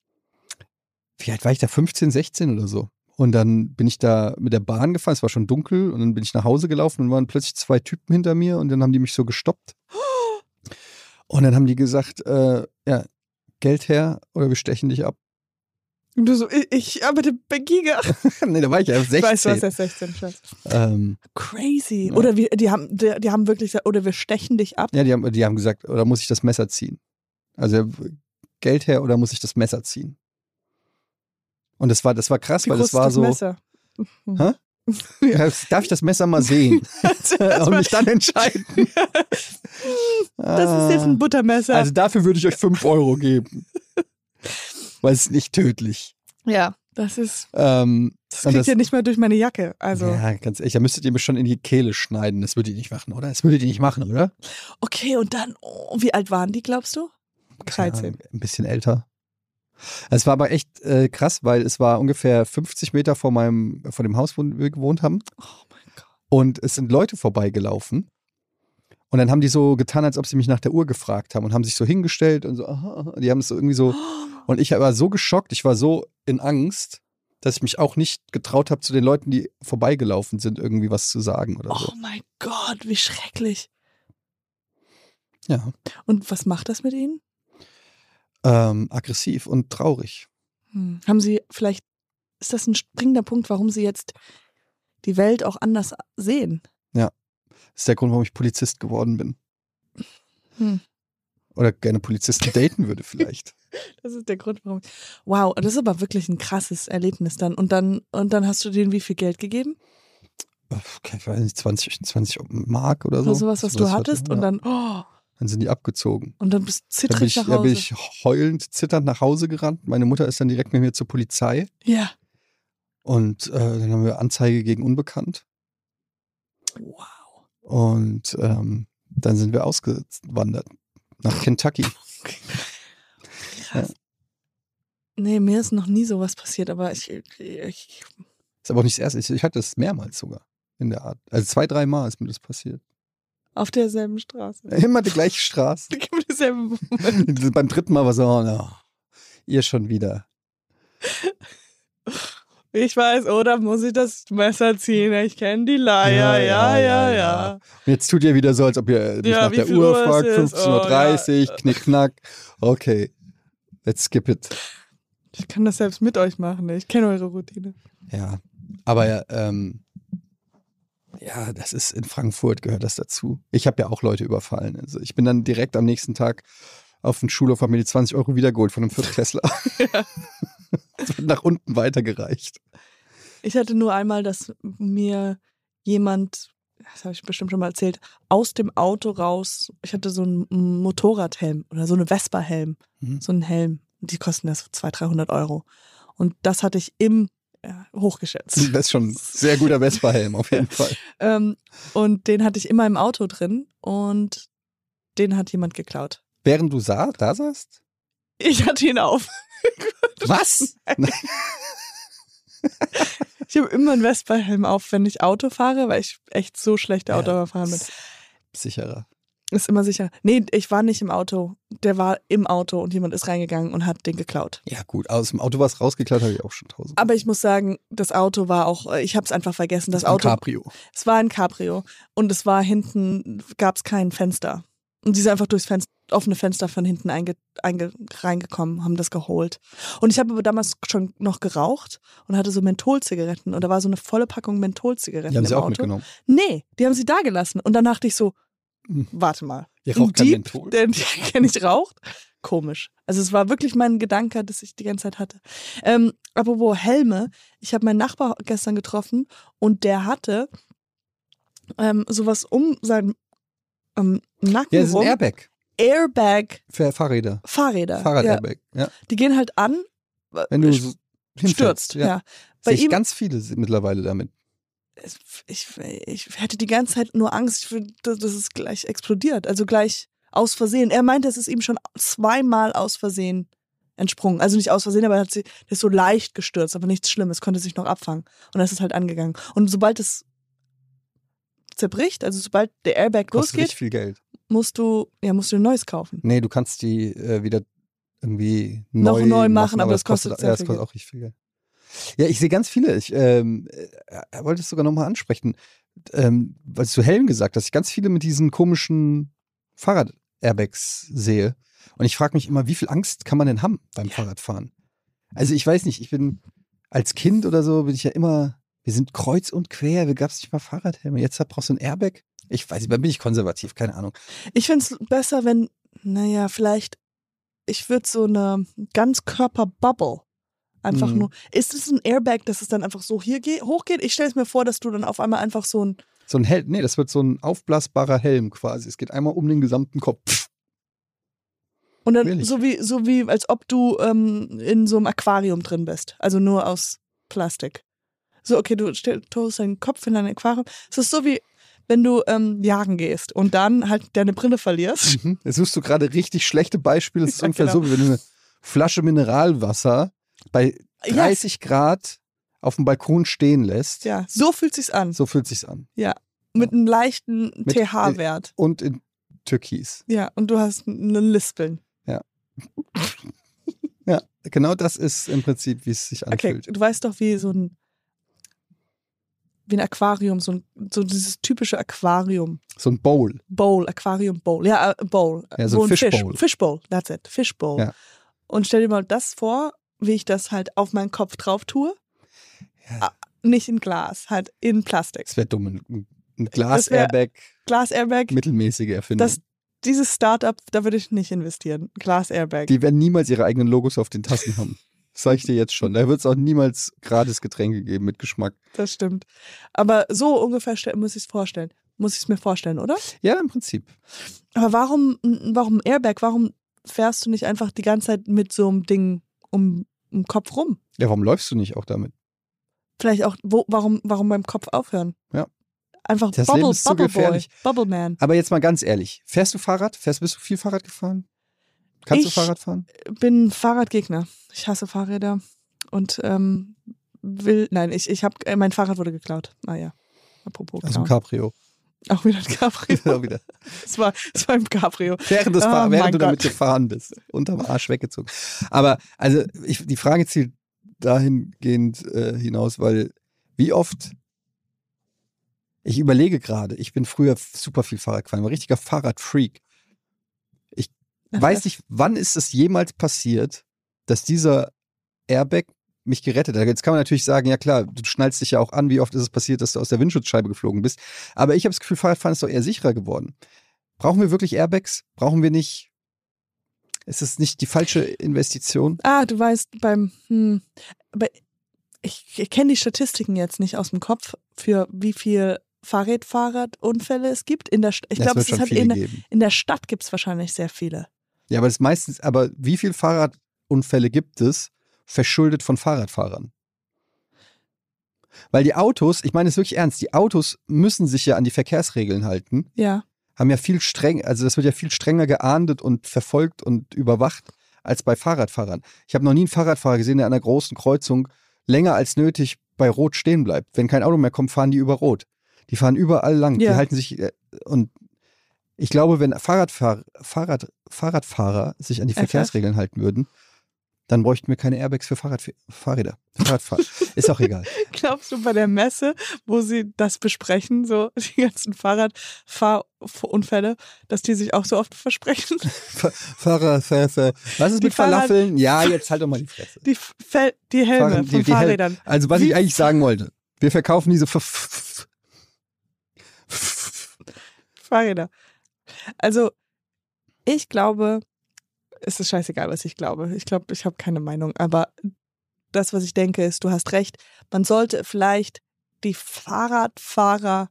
Speaker 2: wie alt war ich da, 15, 16 oder so. Und dann bin ich da mit der Bahn gefahren, es war schon dunkel und dann bin ich nach Hause gelaufen und waren plötzlich zwei Typen hinter mir und dann haben die mich so gestoppt. Und dann haben die gesagt, äh, ja, Geld her oder wir stechen dich ab.
Speaker 1: Und Du so, ich, ich arbeite bei Giga.
Speaker 2: nee, da war ich ja 16.
Speaker 1: Ich weiß, du warst erst 16. ich weiß.
Speaker 2: ähm,
Speaker 1: Crazy.
Speaker 2: Ja.
Speaker 1: Oder wir, die haben, die, die haben wirklich gesagt, oder wir stechen dich ab.
Speaker 2: Ja, die haben, die haben gesagt, oder muss ich das Messer ziehen? Also Geld her oder muss ich das Messer ziehen? Und das war, das war krass,
Speaker 1: Wie
Speaker 2: weil
Speaker 1: groß
Speaker 2: das war
Speaker 1: ist das
Speaker 2: so.
Speaker 1: Messer?
Speaker 2: Ja, Darf ich das Messer mal sehen?
Speaker 1: Das
Speaker 2: Und
Speaker 1: war-
Speaker 2: mich dann entscheiden.
Speaker 1: Das ist jetzt ein Buttermesser.
Speaker 2: Also dafür würde ich euch 5 Euro geben. Weil es ist nicht tödlich.
Speaker 1: ja, das ist.
Speaker 2: Ähm,
Speaker 1: Das
Speaker 2: und
Speaker 1: kriegt ihr nicht mal durch meine Jacke. Also,
Speaker 2: Ja, ganz ehrlich, da müsstet ihr mir schon in die Kehle schneiden. Das würdet ihr nicht machen, oder? Das würdet ihr nicht machen, oder?
Speaker 1: okay, und dann, oh, wie alt waren die, glaubst du?
Speaker 2: Keine
Speaker 1: 13.
Speaker 2: Ahnung, Ein bisschen älter. Es war aber echt äh, krass, weil es war ungefähr 50 Meter vor meinem, vor dem Haus, wo wir gewohnt haben.
Speaker 1: Oh mein Gott.
Speaker 2: Und es sind Leute vorbeigelaufen. Und dann haben die so getan, als ob sie mich nach der Uhr gefragt haben und haben sich so hingestellt und so, aha, aha. die haben es so irgendwie so.
Speaker 1: Oh
Speaker 2: Und ich war so geschockt, ich war so in Angst, dass ich mich auch nicht getraut habe, zu den Leuten, die vorbeigelaufen sind, irgendwie was zu sagen oder so.
Speaker 1: Oh mein Gott, wie schrecklich.
Speaker 2: Ja.
Speaker 1: Und was macht das mit ihnen?
Speaker 2: Ähm, aggressiv und traurig.
Speaker 1: Hm. Haben sie vielleicht, ist das ein springender Punkt, warum sie jetzt die Welt auch anders sehen?
Speaker 2: Das ist der Grund, warum ich Polizist geworden bin.
Speaker 1: Hm.
Speaker 2: Oder gerne Polizisten daten würde vielleicht.
Speaker 1: Das ist der Grund, warum. Wow, das ist aber wirklich ein krasses Erlebnis dann. Und dann, und dann hast du denen wie viel Geld gegeben?
Speaker 2: Okay, ich weiß nicht, 20, 20 Mark oder Also, so.
Speaker 1: Oder sowas, was du hattest?
Speaker 2: hatte-
Speaker 1: Und
Speaker 2: ja.
Speaker 1: dann, oh,
Speaker 2: dann sind die abgezogen.
Speaker 1: und dann bist du
Speaker 2: Da bin,
Speaker 1: zittrig
Speaker 2: ich,
Speaker 1: nach
Speaker 2: da bin
Speaker 1: Hause.
Speaker 2: ich heulend, zitternd nach Hause gerannt. Meine Mutter ist dann direkt mit mir zur Polizei
Speaker 1: Ja.
Speaker 2: und äh, dann haben wir Anzeige gegen Unbekannt
Speaker 1: Wow.
Speaker 2: und ähm, dann sind wir ausgewandert nach Kentucky.
Speaker 1: Krass. Nee, mir ist noch nie sowas passiert, aber ich, ich
Speaker 2: Ist aber auch nicht das erste. Ich, ich hatte es mehrmals sogar in der Art. Also zwei, drei Mal ist mir das passiert.
Speaker 1: auf derselben Straße.
Speaker 2: Immer die gleiche Straße.
Speaker 1: Auf derselben-
Speaker 2: Beim dritten Mal war so, oh, no, ihr schon wieder.
Speaker 1: Ich weiß, oder muss ich das Messer ziehen? Ich kenne die Leier, Ah, ja, ja, ja, ja.
Speaker 2: Und jetzt tut ihr wieder so, als ob ihr mich
Speaker 1: Ja,
Speaker 2: nach
Speaker 1: wie
Speaker 2: der
Speaker 1: viel
Speaker 2: Uhr
Speaker 1: Uhr es
Speaker 2: fragt,
Speaker 1: ist,
Speaker 2: 15.30 Uhr, knick, knack. Okay. Let's skip it.
Speaker 1: Ich kann das selbst mit euch machen. Ich kenne eure Routine.
Speaker 2: Ja. Aber ja, ähm, ja, das ist in Frankfurt gehört das dazu. Ich habe ja auch Leute überfallen. Also ich bin dann direkt am nächsten Tag auf den Schulhof, habe mir die 20 Euro wiedergeholt von einem Viertklässler. Das wird nach unten weitergereicht.
Speaker 1: Ich hatte nur einmal, dass mir jemand, das habe ich bestimmt schon mal erzählt, aus dem Auto raus, ich hatte so einen Motorradhelm oder so eine Vespa-Helm,
Speaker 2: Mhm.
Speaker 1: so einen Helm. Die kosten das 200, 300 Euro. Und das hatte ich im, ja, hochgeschätzt.
Speaker 2: Das ist schon ein sehr guter Vespa-Helm auf jeden Fall.
Speaker 1: Ähm, und den hatte ich immer im Auto drin und den hat jemand geklaut.
Speaker 2: Während du sa da saßt?
Speaker 1: Ich hatte ihn auf.
Speaker 2: Was?
Speaker 1: Ich habe immer einen Vespa-Helm auf, wenn ich Auto fahre, weil ich echt so schlechte
Speaker 2: Ja.
Speaker 1: Autobahn fahren bin.
Speaker 2: Sicherer.
Speaker 1: Ist immer sicher. Nee, ich war nicht im Auto. Der war im Auto und jemand ist reingegangen und hat den geklaut.
Speaker 2: Ja, gut. Aus dem Auto was rausgeklaut, habe ich auch schon tausend.
Speaker 1: Aber ich muss sagen, das Auto war auch, äh, ich habe es einfach vergessen. Das
Speaker 2: Ein
Speaker 1: Auto,
Speaker 2: Cabrio.
Speaker 1: es war ein Cabrio und es war hinten, gab es kein Fenster. Und die sind einfach durchs Fenster, offene Fenster von hinten einge, einge, reingekommen, haben das geholt. Und ich habe aber damals schon noch geraucht und hatte so Mentholzigaretten und da war so eine volle Packung Mentholzigaretten
Speaker 2: Die haben
Speaker 1: im
Speaker 2: sie auch
Speaker 1: Auto.
Speaker 2: mitgenommen.
Speaker 1: Nee, die haben sie da gelassen. Und dann dachte ich so,
Speaker 2: Hm.
Speaker 1: warte mal.
Speaker 2: Ihr
Speaker 1: ein
Speaker 2: raucht kein
Speaker 1: Dieb,
Speaker 2: Menthol?
Speaker 1: Der, der nicht raucht? Komisch. Also es war wirklich mein Gedanke, das ich die ganze Zeit hatte. Ähm, apropos Helme, ich habe meinen Nachbar gestern getroffen und der hatte ähm, sowas um seinen ähm, Nacken
Speaker 2: Ja, das ist ein
Speaker 1: rum.
Speaker 2: Airbag
Speaker 1: Airbag
Speaker 2: für Fahrräder.
Speaker 1: Fahrräder. ja.
Speaker 2: Fahrrad-Airbag. Ja.
Speaker 1: Die gehen halt an, äh,
Speaker 2: Wenn du so hinfällst,
Speaker 1: stürzt. Ja. Bei
Speaker 2: Sehe ich
Speaker 1: ihm
Speaker 2: ganz viele si- mittlerweile damit.
Speaker 1: es- ich, ich hätte die ganze Zeit nur Angst, ich würd- dass dass es gleich explodiert. Also gleich aus Versehen. Er meinte, es ist ihm schon zweimal aus Versehen entsprungen. Also nicht aus Versehen, aber er hat sie, der ist so leicht gestürzt, aber nichts Schlimmes, konnte sich noch abfangen. Und das ist halt angegangen. Und sobald es zerbricht, also sobald der Airbag
Speaker 2: Kostet
Speaker 1: losgeht,
Speaker 2: richtig viel Geld.
Speaker 1: musst du, ja, musst du ein neues kaufen.
Speaker 2: Nee, du kannst die äh, wieder irgendwie
Speaker 1: Noch
Speaker 2: neu
Speaker 1: neu machen, aber das kostet sehr
Speaker 2: ja, das
Speaker 1: viel
Speaker 2: kostet auch richtig viel Geld. Ja, ich sehe ganz viele. Ich ähm, äh, wollte es sogar nochmal ansprechen, ähm, was du Helm gesagt hast. Ich ganz viele mit diesen komischen Fahrrad-Airbags sehe. Und ich frage mich immer, wie viel Angst kann man denn haben beim Fahrradfahren? Also ich weiß nicht, ich bin als Kind oder so, bin ich ja immer, wir sind kreuz und quer, wir gab es nicht mal Fahrradhelme. Jetzt brauchst du ein Airbag. Ich weiß nicht, da bin ich konservativ, keine Ahnung.
Speaker 1: Ich finde es besser, wenn, naja, vielleicht, ich würde so eine Ganzkörper-Bubble einfach
Speaker 2: Mhm.
Speaker 1: nur. Ist es ein Airbag, dass es dann einfach so hier geh- hochgeht? Ich stelle es mir vor, dass du dann auf einmal einfach so ein.
Speaker 2: So ein Helm, nee, das wird so ein aufblasbarer Helm quasi. Es geht einmal um den gesamten Kopf. Pff,
Speaker 1: Und dann
Speaker 2: Ehrlich?
Speaker 1: so wie, so wie, als ob du ähm, in so einem Aquarium drin bist. Also nur aus Plastik. So, okay, du stell- tust deinen Kopf in dein Aquarium. Es ist so wie, wenn du ähm, jagen gehst und dann halt deine Brille verlierst.
Speaker 2: Mhm. Jetzt suchst du gerade richtig schlechte Beispiele. Es ist
Speaker 1: Ja,
Speaker 2: ungefähr
Speaker 1: genau.
Speaker 2: so, wie wenn du eine Flasche Mineralwasser bei
Speaker 1: Ja.
Speaker 2: 30 Grad auf dem Balkon stehen lässt.
Speaker 1: Ja, so fühlt sich's an.
Speaker 2: So fühlt sich's an.
Speaker 1: Mit einem leichten
Speaker 2: Mit- äh,
Speaker 1: pH-Wert.
Speaker 2: Und in Türkis.
Speaker 1: Ja, und du hast eine Lispeln.
Speaker 2: Ja, genau das ist im Prinzip, wie es sich
Speaker 1: Okay,
Speaker 2: anfühlt.
Speaker 1: du weißt doch, wie so ein wie ein Aquarium, so, ein, so dieses typische Aquarium.
Speaker 2: So ein Bowl.
Speaker 1: Bowl, Aquarium Bowl. Ja, äh, Bowl.
Speaker 2: Ja, so ein Fishbowl.
Speaker 1: Fisch, Fishbowl, that's it. Fishbowl.
Speaker 2: Ja.
Speaker 1: Und stell dir mal das vor, wie ich das halt auf meinen Kopf drauf tue.
Speaker 2: Ja.
Speaker 1: Ah, Nicht in Glas, halt in Plastik.
Speaker 2: Das wäre dumm. Ein- Ein
Speaker 1: wär-
Speaker 2: Glas-Airbag,
Speaker 1: Glas-Airbag,
Speaker 2: mittelmäßige Erfindung.
Speaker 1: das, dieses Startup, da würde ich nicht investieren. Glas-Airbag.
Speaker 2: Die werden niemals ihre eigenen Logos auf den Tassen haben. Das sage ich dir jetzt schon. Da wird es auch niemals gratis Getränke geben mit Geschmack.
Speaker 1: Das stimmt. Aber so ungefähr stell- muss ich es vorstellen. Muss ich es mir vorstellen, oder?
Speaker 2: Ja, im Prinzip.
Speaker 1: Aber warum, m, warum Airbag? Warum fährst du nicht einfach die ganze Zeit mit so einem Ding um im Kopf rum?
Speaker 2: Ja, warum läufst du nicht auch damit?
Speaker 1: Vielleicht auch, wo, warum, warum beim Kopf aufhören?
Speaker 2: Ja.
Speaker 1: Einfach
Speaker 2: Das
Speaker 1: Bubble,
Speaker 2: Leben ist zu
Speaker 1: Bubble Boy,
Speaker 2: gefährlich.
Speaker 1: Bubble Man.
Speaker 2: Aber jetzt mal ganz ehrlich, fährst du Fahrrad? Fährst, bist du viel Fahrrad gefahren? Kannst
Speaker 1: Ich-
Speaker 2: du Fahrrad fahren?
Speaker 1: Bin Fahrradgegner. Ich hasse Fahrräder und ähm, will, nein, ich, ich habe, äh, mein Fahrrad wurde geklaut. Naja, apropos
Speaker 2: Aus dem
Speaker 1: klauen.
Speaker 2: Also Cabrio.
Speaker 1: Auch wieder ein Cabrio.
Speaker 2: Auch wieder.
Speaker 1: es, war, es war im Cabrio.
Speaker 2: Während, des
Speaker 1: Oh
Speaker 2: Fahr-
Speaker 1: mein
Speaker 2: während du damit
Speaker 1: Gott.
Speaker 2: gefahren bist. Unterm Arsch weggezogen. Aber also ich, die Frage zielt dahingehend äh, hinaus, weil wie oft ich überlege gerade, ich bin früher f- super viel Fahrrad gefahren, war ein richtiger Fahrradfreak. Ich weiß nicht, wann ist es jemals passiert, dass dieser Airbag mich gerettet hat. Jetzt kann man natürlich sagen, ja klar, du schnallst dich ja auch an, wie oft ist es passiert, dass du aus der Windschutzscheibe geflogen bist. Aber ich habe das Gefühl, Fahrradfahren ist doch eher sicherer geworden. Brauchen wir wirklich Airbags? Brauchen wir nicht? Ist es nicht die falsche Investition?
Speaker 1: Ah, du weißt, beim. Hm, aber ich, ich kenne die Statistiken jetzt nicht aus dem Kopf, für wie viel Fahrradfahrradunfälle es gibt. In der, St- ich
Speaker 2: Ja, es
Speaker 1: glaube,
Speaker 2: wird
Speaker 1: es ist
Speaker 2: schon
Speaker 1: halt
Speaker 2: viele
Speaker 1: in, der-
Speaker 2: geben.
Speaker 1: in der Stadt gibt es wahrscheinlich sehr viele.
Speaker 2: Ja, aber das meistens, aber wie viel Fahrradunfälle gibt es verschuldet von Fahrradfahrern? Weil die Autos, ich meine es wirklich ernst, die Autos müssen sich ja an die Verkehrsregeln halten,
Speaker 1: Ja.
Speaker 2: haben ja viel streng, also das wird ja viel strenger geahndet und verfolgt und überwacht als bei Fahrradfahrern. Ich habe noch nie einen Fahrradfahrer gesehen, der an einer großen Kreuzung länger als nötig bei Rot stehen bleibt. Wenn kein Auto mehr kommt, fahren die über Rot. Die fahren überall lang,
Speaker 1: Ja.
Speaker 2: die halten sich äh, und ich glaube, wenn Fahrradfahr Fahrrad Fahrradfahrer sich an die
Speaker 1: FF?
Speaker 2: Verkehrsregeln halten würden, dann bräuchten wir keine Airbags für Fahrrad Fahrräder. Fahrradfahrer. Ist auch egal.
Speaker 1: Glaubst du bei der Messe, wo sie das besprechen, so die ganzen Fahrradfahrunfälle, dass die sich auch so oft versprechen?
Speaker 2: Fa- Fahrer, Fahr, Fahr. Was ist
Speaker 1: Die
Speaker 2: mit
Speaker 1: Fahrrad-
Speaker 2: Falafeln? Ja, jetzt halt doch mal die Fresse.
Speaker 1: Die, F- Fel die Helme
Speaker 2: Fahren-
Speaker 1: von
Speaker 2: die- die Hel-
Speaker 1: Fahrrädern.
Speaker 2: Also, was
Speaker 1: Wie-
Speaker 2: ich eigentlich sagen wollte, wir verkaufen diese. F F-
Speaker 1: Fahrräder. Also, ich glaube, es ist scheißegal, was ich glaube. Ich glaube, ich habe keine Meinung. Aber das, was ich denke, ist, du hast recht. Man sollte vielleicht die Fahrradfahrer,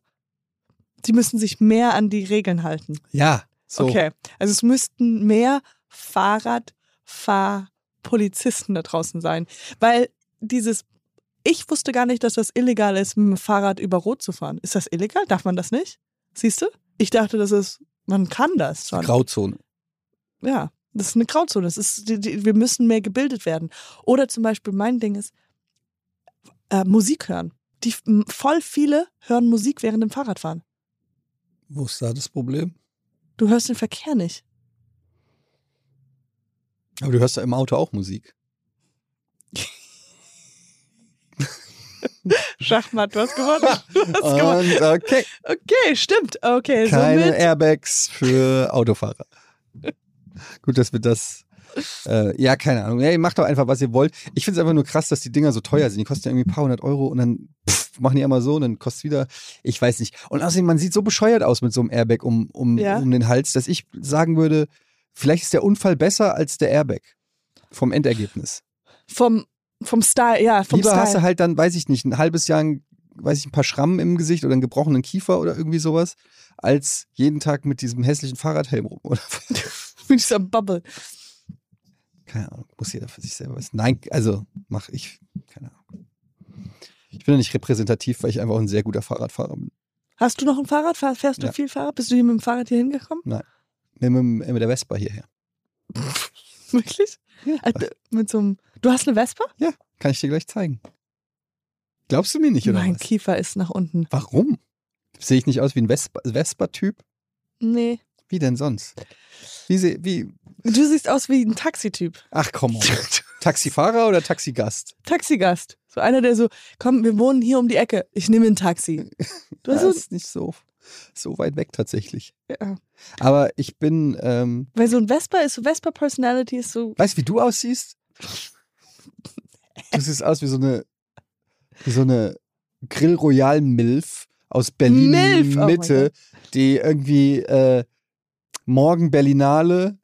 Speaker 1: die müssen sich mehr an die Regeln halten.
Speaker 2: ja, so.
Speaker 1: Okay. Also es müssten mehr Fahrradfahrpolizisten da draußen sein. Weil dieses, ich wusste gar nicht, dass das illegal ist, mit dem Fahrrad über Rot zu fahren. Ist das illegal? Darf man das nicht? Siehst du? Ich dachte, das ist, man kann das schon.
Speaker 2: Grauzone.
Speaker 1: Ja, das ist eine Grauzone. Das ist, die, die, wir müssen mehr gebildet werden. Oder zum Beispiel mein Ding ist, äh, Musik hören. Die, m, voll viele hören Musik während dem Fahrradfahren.
Speaker 2: Wo ist da das Problem?
Speaker 1: Du hörst den Verkehr nicht.
Speaker 2: Aber du hörst ja im Auto auch Musik.
Speaker 1: Schachmatt, du hast gewonnen. Du hast gewonnen.
Speaker 2: Und okay,
Speaker 1: Okay, stimmt. Okay,
Speaker 2: keine
Speaker 1: somit.
Speaker 2: Airbags für Autofahrer. Gut, dass wir das. Äh, ja, keine Ahnung. Ey, macht doch einfach, was ihr wollt. Ich finde es einfach nur krass, dass die Dinger so teuer sind. Die kosten ja irgendwie ein paar hundert Euro und dann pff, machen die immer so und dann kostet es wieder. Ich weiß nicht. Und außerdem, man sieht so bescheuert aus mit so einem Airbag um, um,
Speaker 1: Ja.
Speaker 2: um den Hals, dass ich sagen würde, vielleicht ist der Unfall besser als der Airbag. Vom Endergebnis.
Speaker 1: Vom, vom Style, ja, vom
Speaker 2: Lieber
Speaker 1: Style.
Speaker 2: hast du halt dann, weiß ich nicht, ein halbes Jahr, ein- weiß ich, ein paar Schrammen im Gesicht oder einen gebrochenen Kiefer oder irgendwie sowas, als jeden Tag mit diesem hässlichen Fahrradhelm rum. Oder
Speaker 1: mit dieser Bubble.
Speaker 2: keine Ahnung, muss jeder für sich selber wissen. Nein, also mach ich, keine Ahnung. Ich bin ja nicht repräsentativ, weil ich einfach auch ein sehr guter Fahrradfahrer bin.
Speaker 1: Hast du noch ein Fahrrad? Fahr- Fährst du
Speaker 2: Ja.
Speaker 1: viel Fahrrad? Bist du hier mit dem Fahrrad hier hingekommen?
Speaker 2: Mit, mit, mit der Vespa hierher.
Speaker 1: Wirklich? Also, mit so einem. Du hast eine Vespa?
Speaker 2: Kann ich dir gleich zeigen. Glaubst du mir nicht, oder
Speaker 1: mein
Speaker 2: was?
Speaker 1: Kiefer ist nach unten.
Speaker 2: Warum? Sehe ich nicht aus wie ein Vespa- Vespa-Typ?
Speaker 1: Nee.
Speaker 2: wie denn sonst? Wie, seh- wie,
Speaker 1: Du siehst aus wie ein Taxityp.
Speaker 2: ach komm, on. Taxifahrer oder Taxigast?
Speaker 1: Taxigast. So einer, der so, komm, wir wohnen hier um die Ecke. Ich nehme ein Taxi. Du
Speaker 2: Das
Speaker 1: hast so,
Speaker 2: ist nicht so, so weit weg tatsächlich.
Speaker 1: ja.
Speaker 2: Aber ich bin, ähm,
Speaker 1: Weil so ein Vespa ist so, Vespa-Personality ist so.
Speaker 2: weißt du, wie du aussiehst? Du siehst aus wie so eine, wie so eine Grill Royal Milf aus Berlin
Speaker 1: Milf, oh mein
Speaker 2: Mitte, die irgendwie äh, morgen Berlinale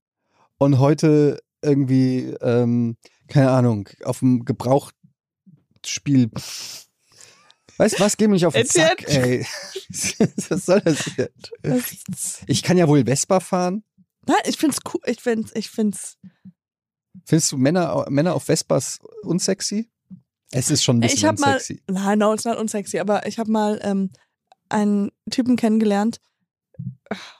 Speaker 2: und heute irgendwie, ähm, keine Ahnung, auf dem Gebrauchtspiel. Weißt du, was geh mich auf den
Speaker 1: Etienne?
Speaker 2: Sack, ey. was soll das hier?
Speaker 1: Das
Speaker 2: Ich kann ja wohl Vespa fahren.
Speaker 1: Nein, ich find's cool. Ich find's, ich find's
Speaker 2: Findest du Männer, Männer auf Vespas unsexy? Es ist schon ein bisschen
Speaker 1: ich hab mal,
Speaker 2: unsexy.
Speaker 1: nein, no, it's not unsexy, aber ich habe mal ähm, einen Typen kennengelernt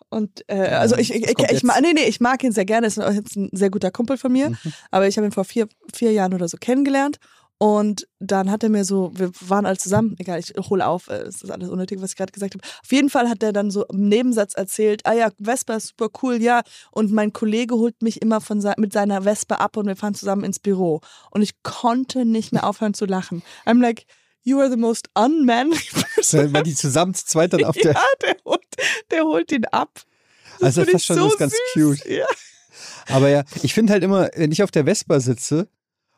Speaker 1: und äh, also ich, ich,
Speaker 2: das
Speaker 1: ich,
Speaker 2: kommt
Speaker 1: ich,
Speaker 2: jetzt. Mhm.
Speaker 1: mag, nee, nee, ich mag ihn sehr gerne, ist auch jetzt ein sehr guter Kumpel von mir, aber ich habe ihn vor vier, vier Jahren oder so kennengelernt und dann hat er mir so, wir waren alle zusammen, egal, ich hole auf, äh, es ist alles unnötig, was ich gerade gesagt habe. Auf jeden Fall hat er dann so im Nebensatz erzählt, ah ja, Vespa ist super cool, ja, und mein Kollege holt mich immer von se mit seiner Vespa ab und wir fahren zusammen ins Büro. Und ich konnte nicht mehr aufhören zu lachen. I'm like, you are the most unmanly person.
Speaker 2: Weil die zusammen zu zweit dann auf der.
Speaker 1: Ja, der holt, der holt ihn ab.
Speaker 2: also,
Speaker 1: Finde
Speaker 2: das ist
Speaker 1: ich
Speaker 2: schon
Speaker 1: so
Speaker 2: was ganz
Speaker 1: süß.
Speaker 2: cute.
Speaker 1: Ja.
Speaker 2: Aber ja, ich finde halt immer, wenn ich auf der Vespa sitze,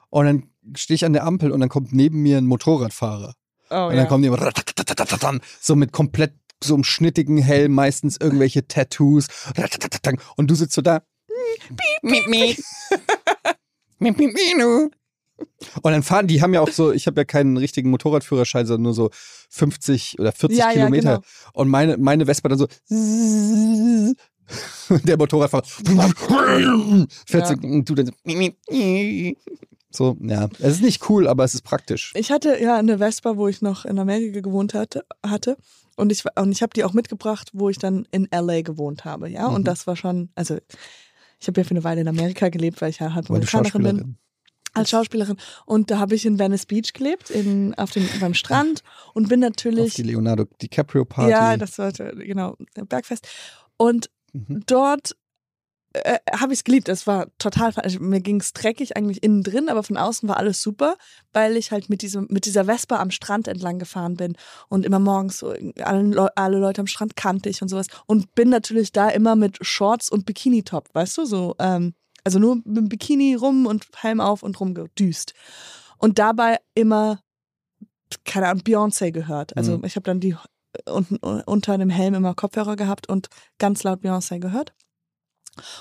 Speaker 2: Und dann stehe ich an der Ampel und dann kommt neben mir ein Motorradfahrer.
Speaker 1: Oh,
Speaker 2: und dann kommen die immer so mit komplett so einem schnittigen Helm, meistens irgendwelche Tattoos. Und du sitzt so da. Miep, miep. Miep, miep, mienu. Und dann fahren, die haben ja auch so, ich habe ja keinen richtigen Motorradführerschein, sondern nur so 50 oder 40
Speaker 1: Ja, ja,
Speaker 2: Kilometer.
Speaker 1: genau.
Speaker 2: Und meine, meine Vespa dann so. Und der Motorradfahrer fährt so, und du dann so. miep, miep. So, ja. Es ist nicht cool, aber es ist praktisch.
Speaker 1: Ich hatte ja eine Vespa, wo ich noch in Amerika gewohnt hatte, hatte. Und ich, war- und ich habe die auch mitgebracht, wo ich dann in LA gewohnt habe, ja.
Speaker 2: Mhm.
Speaker 1: Und das war schon, also ich habe ja für eine Weile in Amerika gelebt, weil ich ja halb
Speaker 2: Weil du
Speaker 1: Amerikanerin bin.
Speaker 2: Schauspielerin.
Speaker 1: als Schauspielerin. Und da habe ich in Venice Beach gelebt, in, auf dem, beim Strand und bin
Speaker 2: Auf die
Speaker 1: natürlich.
Speaker 2: Leonardo DiCaprio Party.
Speaker 1: Ja, das war genau, Bergfest. Und
Speaker 2: Mhm.
Speaker 1: dort äh, habe ich es geliebt. Es war total, fa- also mir ging es dreckig eigentlich innen drin, aber von außen war alles super, weil ich halt mit, diesem, mit dieser Vespa am Strand entlang gefahren bin und immer morgens so, alle, Leu- alle Leute am Strand kannte ich und sowas und bin natürlich da immer mit Shorts und Bikini-Top, weißt du, so, ähm, also nur mit dem Bikini rum und Helm auf und rumgedüst. Und dabei immer, keine Ahnung, Beyoncé gehört. Also
Speaker 2: Mhm.
Speaker 1: ich habe dann die äh, unten unter dem Helm immer Kopfhörer gehabt und ganz laut Beyoncé gehört.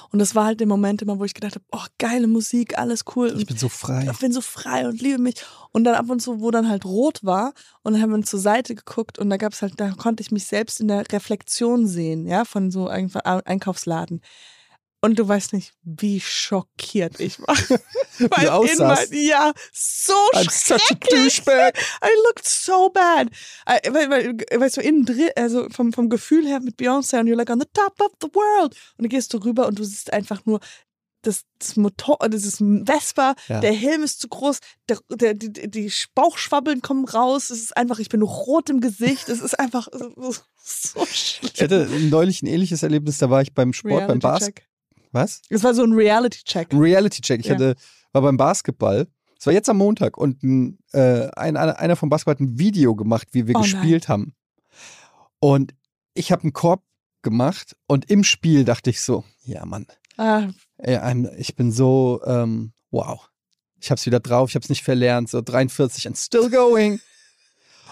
Speaker 1: Und das war halt der Moment immer, wo ich gedacht habe, oh, geile Musik, alles cool.
Speaker 2: Ich
Speaker 1: Und
Speaker 2: bin so frei.
Speaker 1: ich bin so frei und liebe mich. Und dann ab und zu, wo dann halt rot war, und dann haben wir uns zur Seite geguckt und da gab's halt, da konnte ich mich selbst in der Reflexion sehen, ja, von so einem äh, Einkaufsladen. Und du weißt nicht, wie schockiert ich war. Weil
Speaker 2: du aussahst.
Speaker 1: in mein- ja, so
Speaker 2: I'm such a
Speaker 1: schrecklich.
Speaker 2: douchebag.
Speaker 1: I looked so bad. I, weil, weil, weißt du, innen drin, also vom, vom Gefühl her mit Beyoncé und you're like on the top of the world. Und dann gehst du rüber und du siehst einfach nur das, das Motor, das ist ein Vespa,
Speaker 2: Ja.
Speaker 1: der Helm ist zu groß, der, der, die, die die Bauchschwabbeln kommen raus, es ist einfach, ich bin rot im Gesicht, es ist einfach so, so schlimm.
Speaker 2: Ich hatte neulich ein ähnliches Erlebnis, da war ich beim Sport, beim Basketball.
Speaker 1: Reality-Check.
Speaker 2: Was?
Speaker 1: Es war so ein Reality-Check.
Speaker 2: Ein Reality-Check. Ich
Speaker 1: Ja.
Speaker 2: hatte, war beim Basketball. Es war jetzt am Montag und ein, äh, ein, einer vom Basketball hat ein Video gemacht, wie wir
Speaker 1: Oh nein.
Speaker 2: gespielt haben. Und ich habe einen Korb gemacht und im Spiel dachte ich so, ja Mann,
Speaker 1: Ah,
Speaker 2: ey, I'm, Äh, ich bin so, ähm, wow. Ich hab's wieder drauf, ich hab's nicht verlernt, so 43 and still going.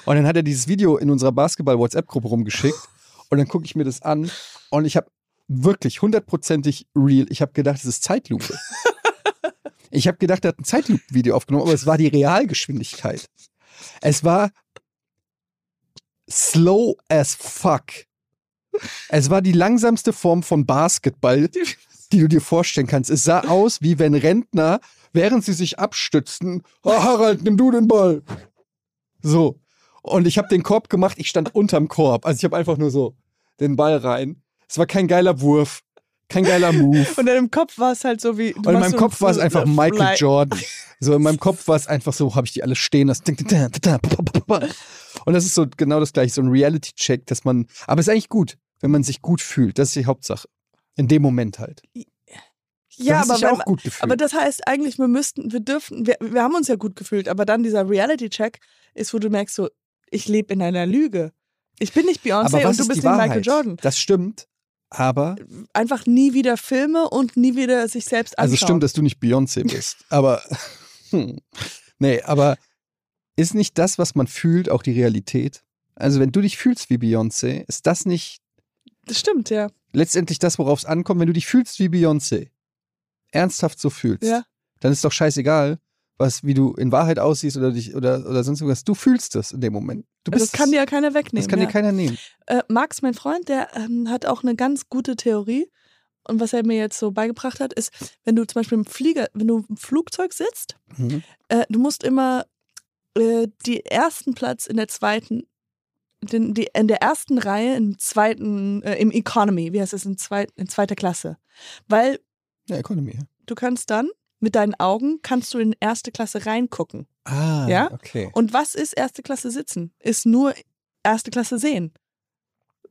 Speaker 2: Und dann hat er dieses Video in unserer Basketball-WhatsApp-Gruppe rumgeschickt und dann gucke ich mir das an und ich habe wirklich hundertprozentig real, ich habe gedacht, es ist Zeitlupe. Ich habe gedacht, er hat ein Zeitlupe-Video aufgenommen, aber es war die Realgeschwindigkeit. Es war slow as fuck. Es war die langsamste Form von Basketball, die du dir vorstellen kannst. Es sah aus, wie wenn Rentner, während sie sich abstützten, oh, Harald, nimm du den Ball. So. Und ich habe den Korb gemacht, ich stand unterm Korb. Also ich habe einfach nur so den Ball rein. Es war kein geiler Wurf, kein geiler Move.
Speaker 1: und dann im Kopf war es halt so wie. du
Speaker 2: Und in
Speaker 1: machst
Speaker 2: meinem
Speaker 1: so
Speaker 2: Kopf war es
Speaker 1: ein-
Speaker 2: einfach
Speaker 1: ein
Speaker 2: Michael
Speaker 1: Fly-
Speaker 2: Jordan. So in meinem Kopf war es einfach so, habe ich die alle stehen lassen. Ding, ding, ding, ding, ding, pa, pa, pa, pa. Und das ist so genau das gleiche, so ein Reality-Check, dass man. Aber es ist eigentlich gut, wenn man sich gut fühlt. Das ist die Hauptsache. In dem Moment halt.
Speaker 1: Ja,
Speaker 2: hast
Speaker 1: aber,
Speaker 2: dich auch
Speaker 1: wenn-
Speaker 2: gut gefühlt.
Speaker 1: aber das heißt eigentlich, wir müssten, wir dürften, wir, wir haben uns ja gut gefühlt, aber dann dieser Reality-Check ist, wo du merkst, so, ich lebe in einer Lüge. Ich bin nicht
Speaker 2: aber was
Speaker 1: Beyoncé und du
Speaker 2: ist
Speaker 1: bist
Speaker 2: die
Speaker 1: nicht
Speaker 2: Wahrheit?
Speaker 1: Michael Jordan. Äh,
Speaker 2: Das stimmt. Aber,
Speaker 1: Einfach nie wieder Filme und nie wieder sich selbst anschauen.
Speaker 2: also stimmt, dass du nicht Beyoncé bist. aber, hm. nee, aber ist nicht das, was man fühlt, auch die Realität? Also, wenn du dich fühlst wie Beyoncé, ist das nicht
Speaker 1: Das stimmt, ja.
Speaker 2: letztendlich das, worauf es ankommt, wenn du dich fühlst wie Beyoncé, ernsthaft so fühlst,
Speaker 1: Ja.
Speaker 2: dann ist doch scheißegal, was, wie du in Wahrheit aussiehst oder dich oder, oder sonst irgendwas. Du fühlst das in dem Moment. Du bist
Speaker 1: Das kann dir ja keiner
Speaker 2: das
Speaker 1: wegnehmen.
Speaker 2: kann
Speaker 1: ja.
Speaker 2: dir keiner nehmen.
Speaker 1: äh, Max, mein Freund, der ähm, hat auch eine ganz gute Theorie. Und was er mir jetzt so beigebracht hat, ist, wenn du zum Beispiel im Flieger, wenn du im Flugzeug sitzt,
Speaker 2: Mhm.
Speaker 1: äh, du musst immer äh, die ersten Platz in der zweiten, den, die, in der ersten Reihe, im zweiten, äh, im Economy, wie heißt es, in, zweit, in zweiter Klasse. Weil
Speaker 2: Ja, Economy.
Speaker 1: du kannst dann mit deinen Augen, kannst du in erste Klasse reingucken.
Speaker 2: Ah,
Speaker 1: Ja?
Speaker 2: okay.
Speaker 1: Und was ist erste Klasse sitzen? Ist nur erste Klasse sehen.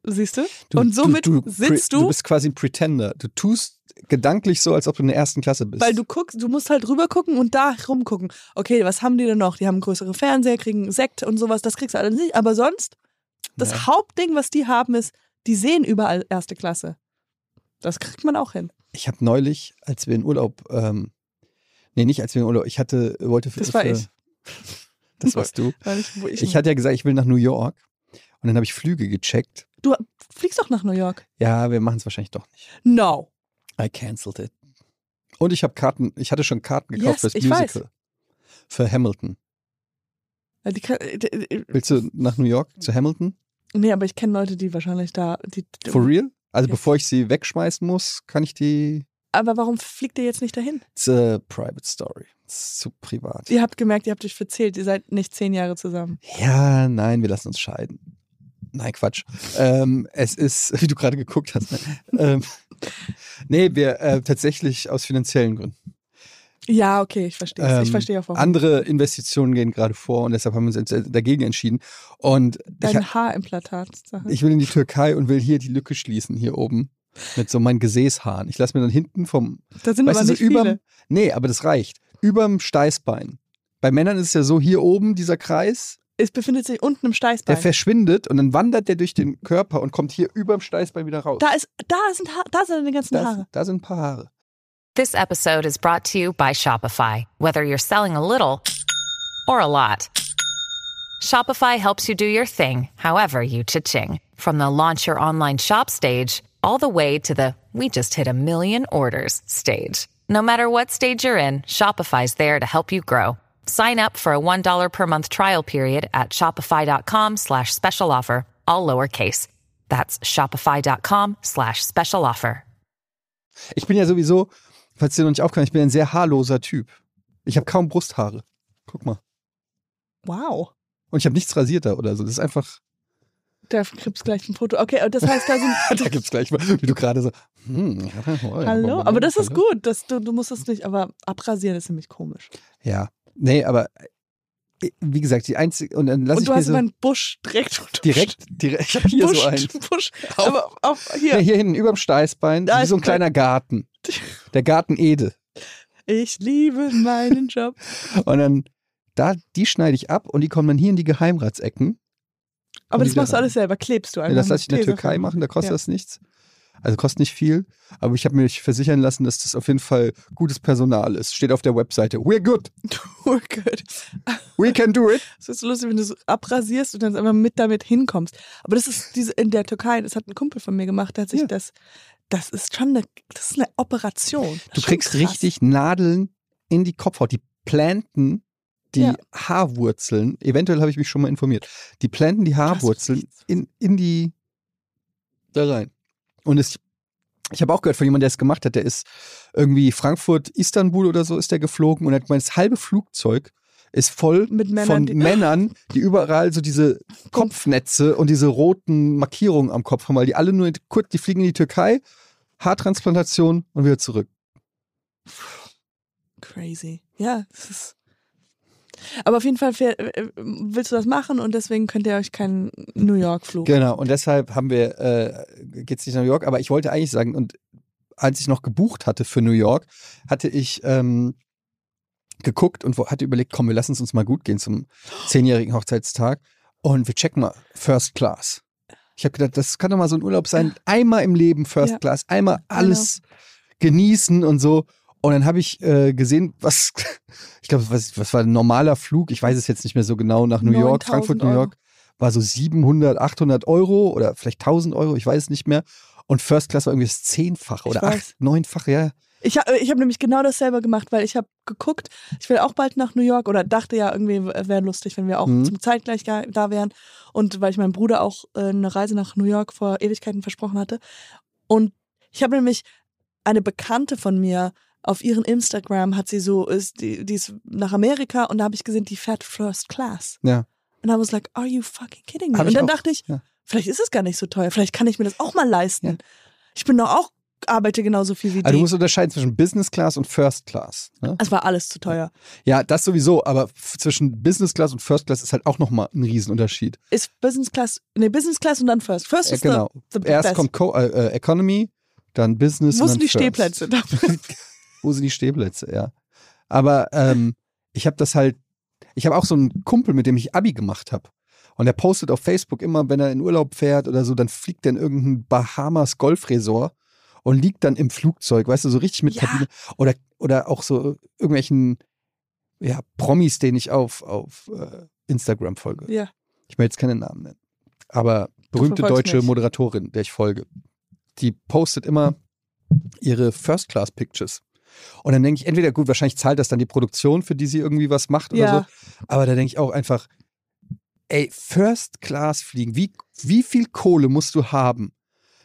Speaker 1: Siehst du?
Speaker 2: Du,
Speaker 1: und somit
Speaker 2: du, du,
Speaker 1: sitzt
Speaker 2: Du
Speaker 1: du,
Speaker 2: bist quasi ein Pretender. Du tust gedanklich so, als ob du in der ersten Klasse bist.
Speaker 1: weil du guckst, du musst halt rüber gucken und da rumgucken. Okay, was haben die denn noch? Die haben größere Fernseher, kriegen Sekt und sowas, das kriegst du alles nicht. Aber sonst Das
Speaker 2: ja.
Speaker 1: Hauptding, was die haben, ist, die sehen überall erste Klasse. Das kriegt man auch hin.
Speaker 2: Ich habe neulich, als wir in Urlaub ähm, Nee, nicht als wir im Urlaub. Ich hatte, wollte für.
Speaker 1: Das war
Speaker 2: für,
Speaker 1: ich.
Speaker 2: Das warst du.
Speaker 1: Weil ich, wo ich,
Speaker 2: Ich hatte ja gesagt, ich will nach New York. Und dann habe ich Flüge gecheckt.
Speaker 1: du fliegst doch nach New York.
Speaker 2: Ja, wir machen es wahrscheinlich doch nicht.
Speaker 1: No.
Speaker 2: I cancelled it. Und ich habe Karten, ich hatte schon Karten gekauft
Speaker 1: Yes,
Speaker 2: fürs
Speaker 1: ich weiß.
Speaker 2: Musical. Für Hamilton.
Speaker 1: Ja, Die, kann- äh, äh,
Speaker 2: Willst du nach New York zu Hamilton?
Speaker 1: nee, aber ich kenne Leute, die wahrscheinlich da. Die,
Speaker 2: For real? Also
Speaker 1: Ja.
Speaker 2: bevor ich sie wegschmeißen muss, kann ich die.
Speaker 1: aber warum fliegt ihr jetzt nicht dahin?
Speaker 2: It's a private story. It's zu privat.
Speaker 1: Ihr habt gemerkt, ihr habt euch verzählt, ihr seid nicht zehn Jahre zusammen.
Speaker 2: Ja, nein, wir lassen uns scheiden. Nein, Quatsch. Ähm, es ist, wie du gerade geguckt hast. Ne? ähm, nee, wir äh, tatsächlich aus finanziellen Gründen.
Speaker 1: Ja, okay, ich verstehe.
Speaker 2: Ähm,
Speaker 1: ich verstehe auch warum.
Speaker 2: Andere Investitionen gehen gerade vor und deshalb haben wir uns jetzt äh, dagegen entschieden. Und ich,
Speaker 1: Dein Haarimplantat. Sache.
Speaker 2: ich will in die Türkei und will hier die Lücke schließen, hier oben. Mit so meinen Gesäßhaaren. Ich lasse mir dann hinten vom.
Speaker 1: da sind aber
Speaker 2: weißt du, so
Speaker 1: nicht
Speaker 2: überm.
Speaker 1: viele.
Speaker 2: Nee, aber das reicht. Überm Steißbein. Bei Männern ist es ja so, hier oben dieser Kreis,
Speaker 1: Es befindet sich unten im
Speaker 2: der
Speaker 1: Steißbein.
Speaker 2: verschwindet und dann wandert der durch den Körper und kommt hier überm Steißbein wieder raus.
Speaker 1: Da, ist, da, sind ha da sind deine ganzen
Speaker 2: da,
Speaker 1: Haare.
Speaker 2: sind- da sind ein paar Haare.
Speaker 3: This episode is brought to you by Shopify. Whether you're selling a little or a lot, Shopify helps you do your thing, however you cha-ching. From the launch your online shop stage, all the way to the we just hit a million orders stage. No matter what stage you're in, Shopify's there to help you grow. Sign up for a $1 per month trial period at shopify.com slash special offer, all lowercase. That's shopify.com slash special offer.
Speaker 2: Ich bin ja sowieso, falls dir noch nicht aufgefallen, ist, ich bin ein sehr haarloser Typ. Ich habe kaum Brusthaare. Guck mal.
Speaker 1: Wow.
Speaker 2: Und ich habe nichts rasiert da oder so. Das ist einfach,
Speaker 1: Da gibt's gleich ein Foto. Okay, das heißt, da
Speaker 2: da
Speaker 1: sind.
Speaker 2: gibt's gleich mal, wie du gerade so, hm, ja, moin,
Speaker 1: Hallo,
Speaker 2: moin,
Speaker 1: aber das ist
Speaker 2: hallo.
Speaker 1: gut. Das, du, du musst es nicht, aber abrasieren ist nämlich komisch.
Speaker 2: Ja, nee, aber äh, wie gesagt, die einzige, und dann lass
Speaker 1: Und
Speaker 2: ich
Speaker 1: du
Speaker 2: mir
Speaker 1: hast
Speaker 2: so
Speaker 1: immer einen Busch direkt unter
Speaker 2: direkt, direkt, ich habe hier
Speaker 1: Busch,
Speaker 2: so einen.
Speaker 1: Busch, aber auf, hier.
Speaker 2: Ja, hier hinten, überm Steißbein,
Speaker 1: Da
Speaker 2: wie
Speaker 1: ist
Speaker 2: so ein kleiner Garten. Der Garten Ede.
Speaker 1: Ich liebe meinen Job.
Speaker 2: Und dann, da, die schneide ich ab und die kommen dann hier in die Geheimratsecken.
Speaker 1: Aber
Speaker 2: Und
Speaker 1: das
Speaker 2: die
Speaker 1: machst du
Speaker 2: da-
Speaker 1: alles selber, klebst du
Speaker 2: Ja,
Speaker 1: einfach.
Speaker 2: das lasse ich in der
Speaker 1: Klebst
Speaker 2: Türkei
Speaker 1: einfach.
Speaker 2: machen, da kostet
Speaker 1: Ja.
Speaker 2: das nichts. Also kostet nicht viel, aber ich habe mich versichern lassen, dass das auf jeden Fall gutes Personal ist. Steht auf der Webseite. We're good.
Speaker 1: Oh Gott.
Speaker 2: We can do it.
Speaker 1: Es ist so lustig, wenn du so abrasierst und dann einfach mit damit hinkommst. Aber das ist diese in der Türkei, das hat ein Kumpel von mir gemacht, der hat sich
Speaker 2: Ja.
Speaker 1: das. Das ist schon eine, das ist eine Operation. Das
Speaker 2: Du
Speaker 1: ist schon
Speaker 2: kriegst
Speaker 1: krass.
Speaker 2: richtig Nadeln in die Kopfhaut. Die planten die
Speaker 1: Ja.
Speaker 2: Haarwurzeln. Eventuell habe ich mich schon mal informiert. Die planten die Haarwurzeln
Speaker 1: nichts.
Speaker 2: in, in die da rein. Und es, ich habe auch gehört von jemandem, der es gemacht hat, der ist irgendwie Frankfurt, Istanbul oder so ist der geflogen und hat gemeint, das halbe Flugzeug ist voll
Speaker 1: Mit Männern,
Speaker 2: von
Speaker 1: die-
Speaker 2: Männern, die überall so diese Kopfnetze und diese roten Markierungen am Kopf haben, weil die alle nur kurz, die fliegen in die Türkei, Haartransplantation und wieder zurück.
Speaker 1: Crazy. Ja, es ist. Aber auf jeden Fall fähr- äh, willst du das machen und deswegen könnt ihr euch keinen New York-Flug.
Speaker 2: Genau, und deshalb haben wir, äh, geht's nicht nach New York, aber ich wollte eigentlich sagen, und als ich noch gebucht hatte für New York, hatte ich ähm, geguckt und wo- hatte überlegt, komm, wir lassen es uns mal gut gehen zum zehnjährigen Hochzeitstag und wir checken mal First Class. Ich habe gedacht, das kann doch mal so ein Urlaub sein, einmal im Leben First
Speaker 1: Ja.
Speaker 2: Class, einmal alles genießen und so. Und dann habe ich äh, gesehen, was, ich glaube, was, was war ein normaler Flug, ich weiß es jetzt nicht mehr so genau, nach New York,
Speaker 1: 9.000
Speaker 2: Frankfurt, New
Speaker 1: Euro.
Speaker 2: York, war so 700, 800 Euro oder vielleicht 1000 Euro, ich weiß es nicht mehr. Und First Class war irgendwie das Zehnfache
Speaker 1: Ich
Speaker 2: oder
Speaker 1: weiß.
Speaker 2: acht, neunfache, ja.
Speaker 1: Ich habe ich hab nämlich genau dasselbe gemacht, weil ich habe geguckt, ich will auch bald nach New York oder dachte ja, irgendwie äh, wäre lustig, wenn wir auch
Speaker 2: Mhm.
Speaker 1: zum Zeitgleich ga- da wären. Und weil ich meinem Bruder auch äh, eine Reise nach New York vor Ewigkeiten versprochen hatte. Und ich habe nämlich eine Bekannte von mir auf ihren Instagram hat sie so, ist, die, die ist nach Amerika und da habe ich gesehen, die fährt First Class.
Speaker 2: Ja.
Speaker 1: Und I was like, are you fucking kidding me?
Speaker 2: Hab ich
Speaker 1: Und dann
Speaker 2: auch.
Speaker 1: dachte ich,
Speaker 2: Ja.
Speaker 1: vielleicht ist es gar nicht so teuer, vielleicht kann ich mir das auch mal leisten.
Speaker 2: Ja.
Speaker 1: Ich bin doch auch, arbeite genauso viel wie
Speaker 2: Also du
Speaker 1: die.
Speaker 2: musst unterscheiden zwischen Business Class und First Class. Ne?
Speaker 1: Es war alles zu teuer.
Speaker 2: Ja, das sowieso, aber f- zwischen Business Class und First Class ist halt auch nochmal ein Riesenunterschied.
Speaker 1: Ist Business Class, nee, Business Class und dann First. First
Speaker 2: Ja,
Speaker 1: ist
Speaker 2: genau.
Speaker 1: the, the
Speaker 2: Erst
Speaker 1: best.
Speaker 2: kommt Co äh, äh, Economy, dann Business.
Speaker 1: Wo
Speaker 2: und
Speaker 1: sind
Speaker 2: dann
Speaker 1: die Stehplätze?
Speaker 2: First. Wo sind die Stehplätze, ja. Aber ähm, ich habe das halt, ich habe auch so einen Kumpel, mit dem ich Abi gemacht habe. Und der postet auf Facebook immer, wenn er in Urlaub fährt oder so, dann fliegt er in irgendein Bahamas Golfresort und liegt dann im Flugzeug, weißt du, so richtig mit
Speaker 1: Ja.
Speaker 2: Kabine. Oder, oder auch so irgendwelchen ja, Promis, denen ich auf, auf äh, Instagram folge.
Speaker 1: Ja.
Speaker 2: Ich will jetzt keinen Namen nennen. Aber berühmte
Speaker 1: verfolgst
Speaker 2: deutsche
Speaker 1: mich.
Speaker 2: Moderatorin, der ich folge, die postet immer ihre First-Class-Pictures. Und dann denke ich, entweder gut, wahrscheinlich zahlt das dann die Produktion, für die sie irgendwie was macht oder
Speaker 1: Ja.
Speaker 2: so. Aber da denke ich auch einfach, ey, First-Class fliegen, wie, wie viel Kohle musst du haben,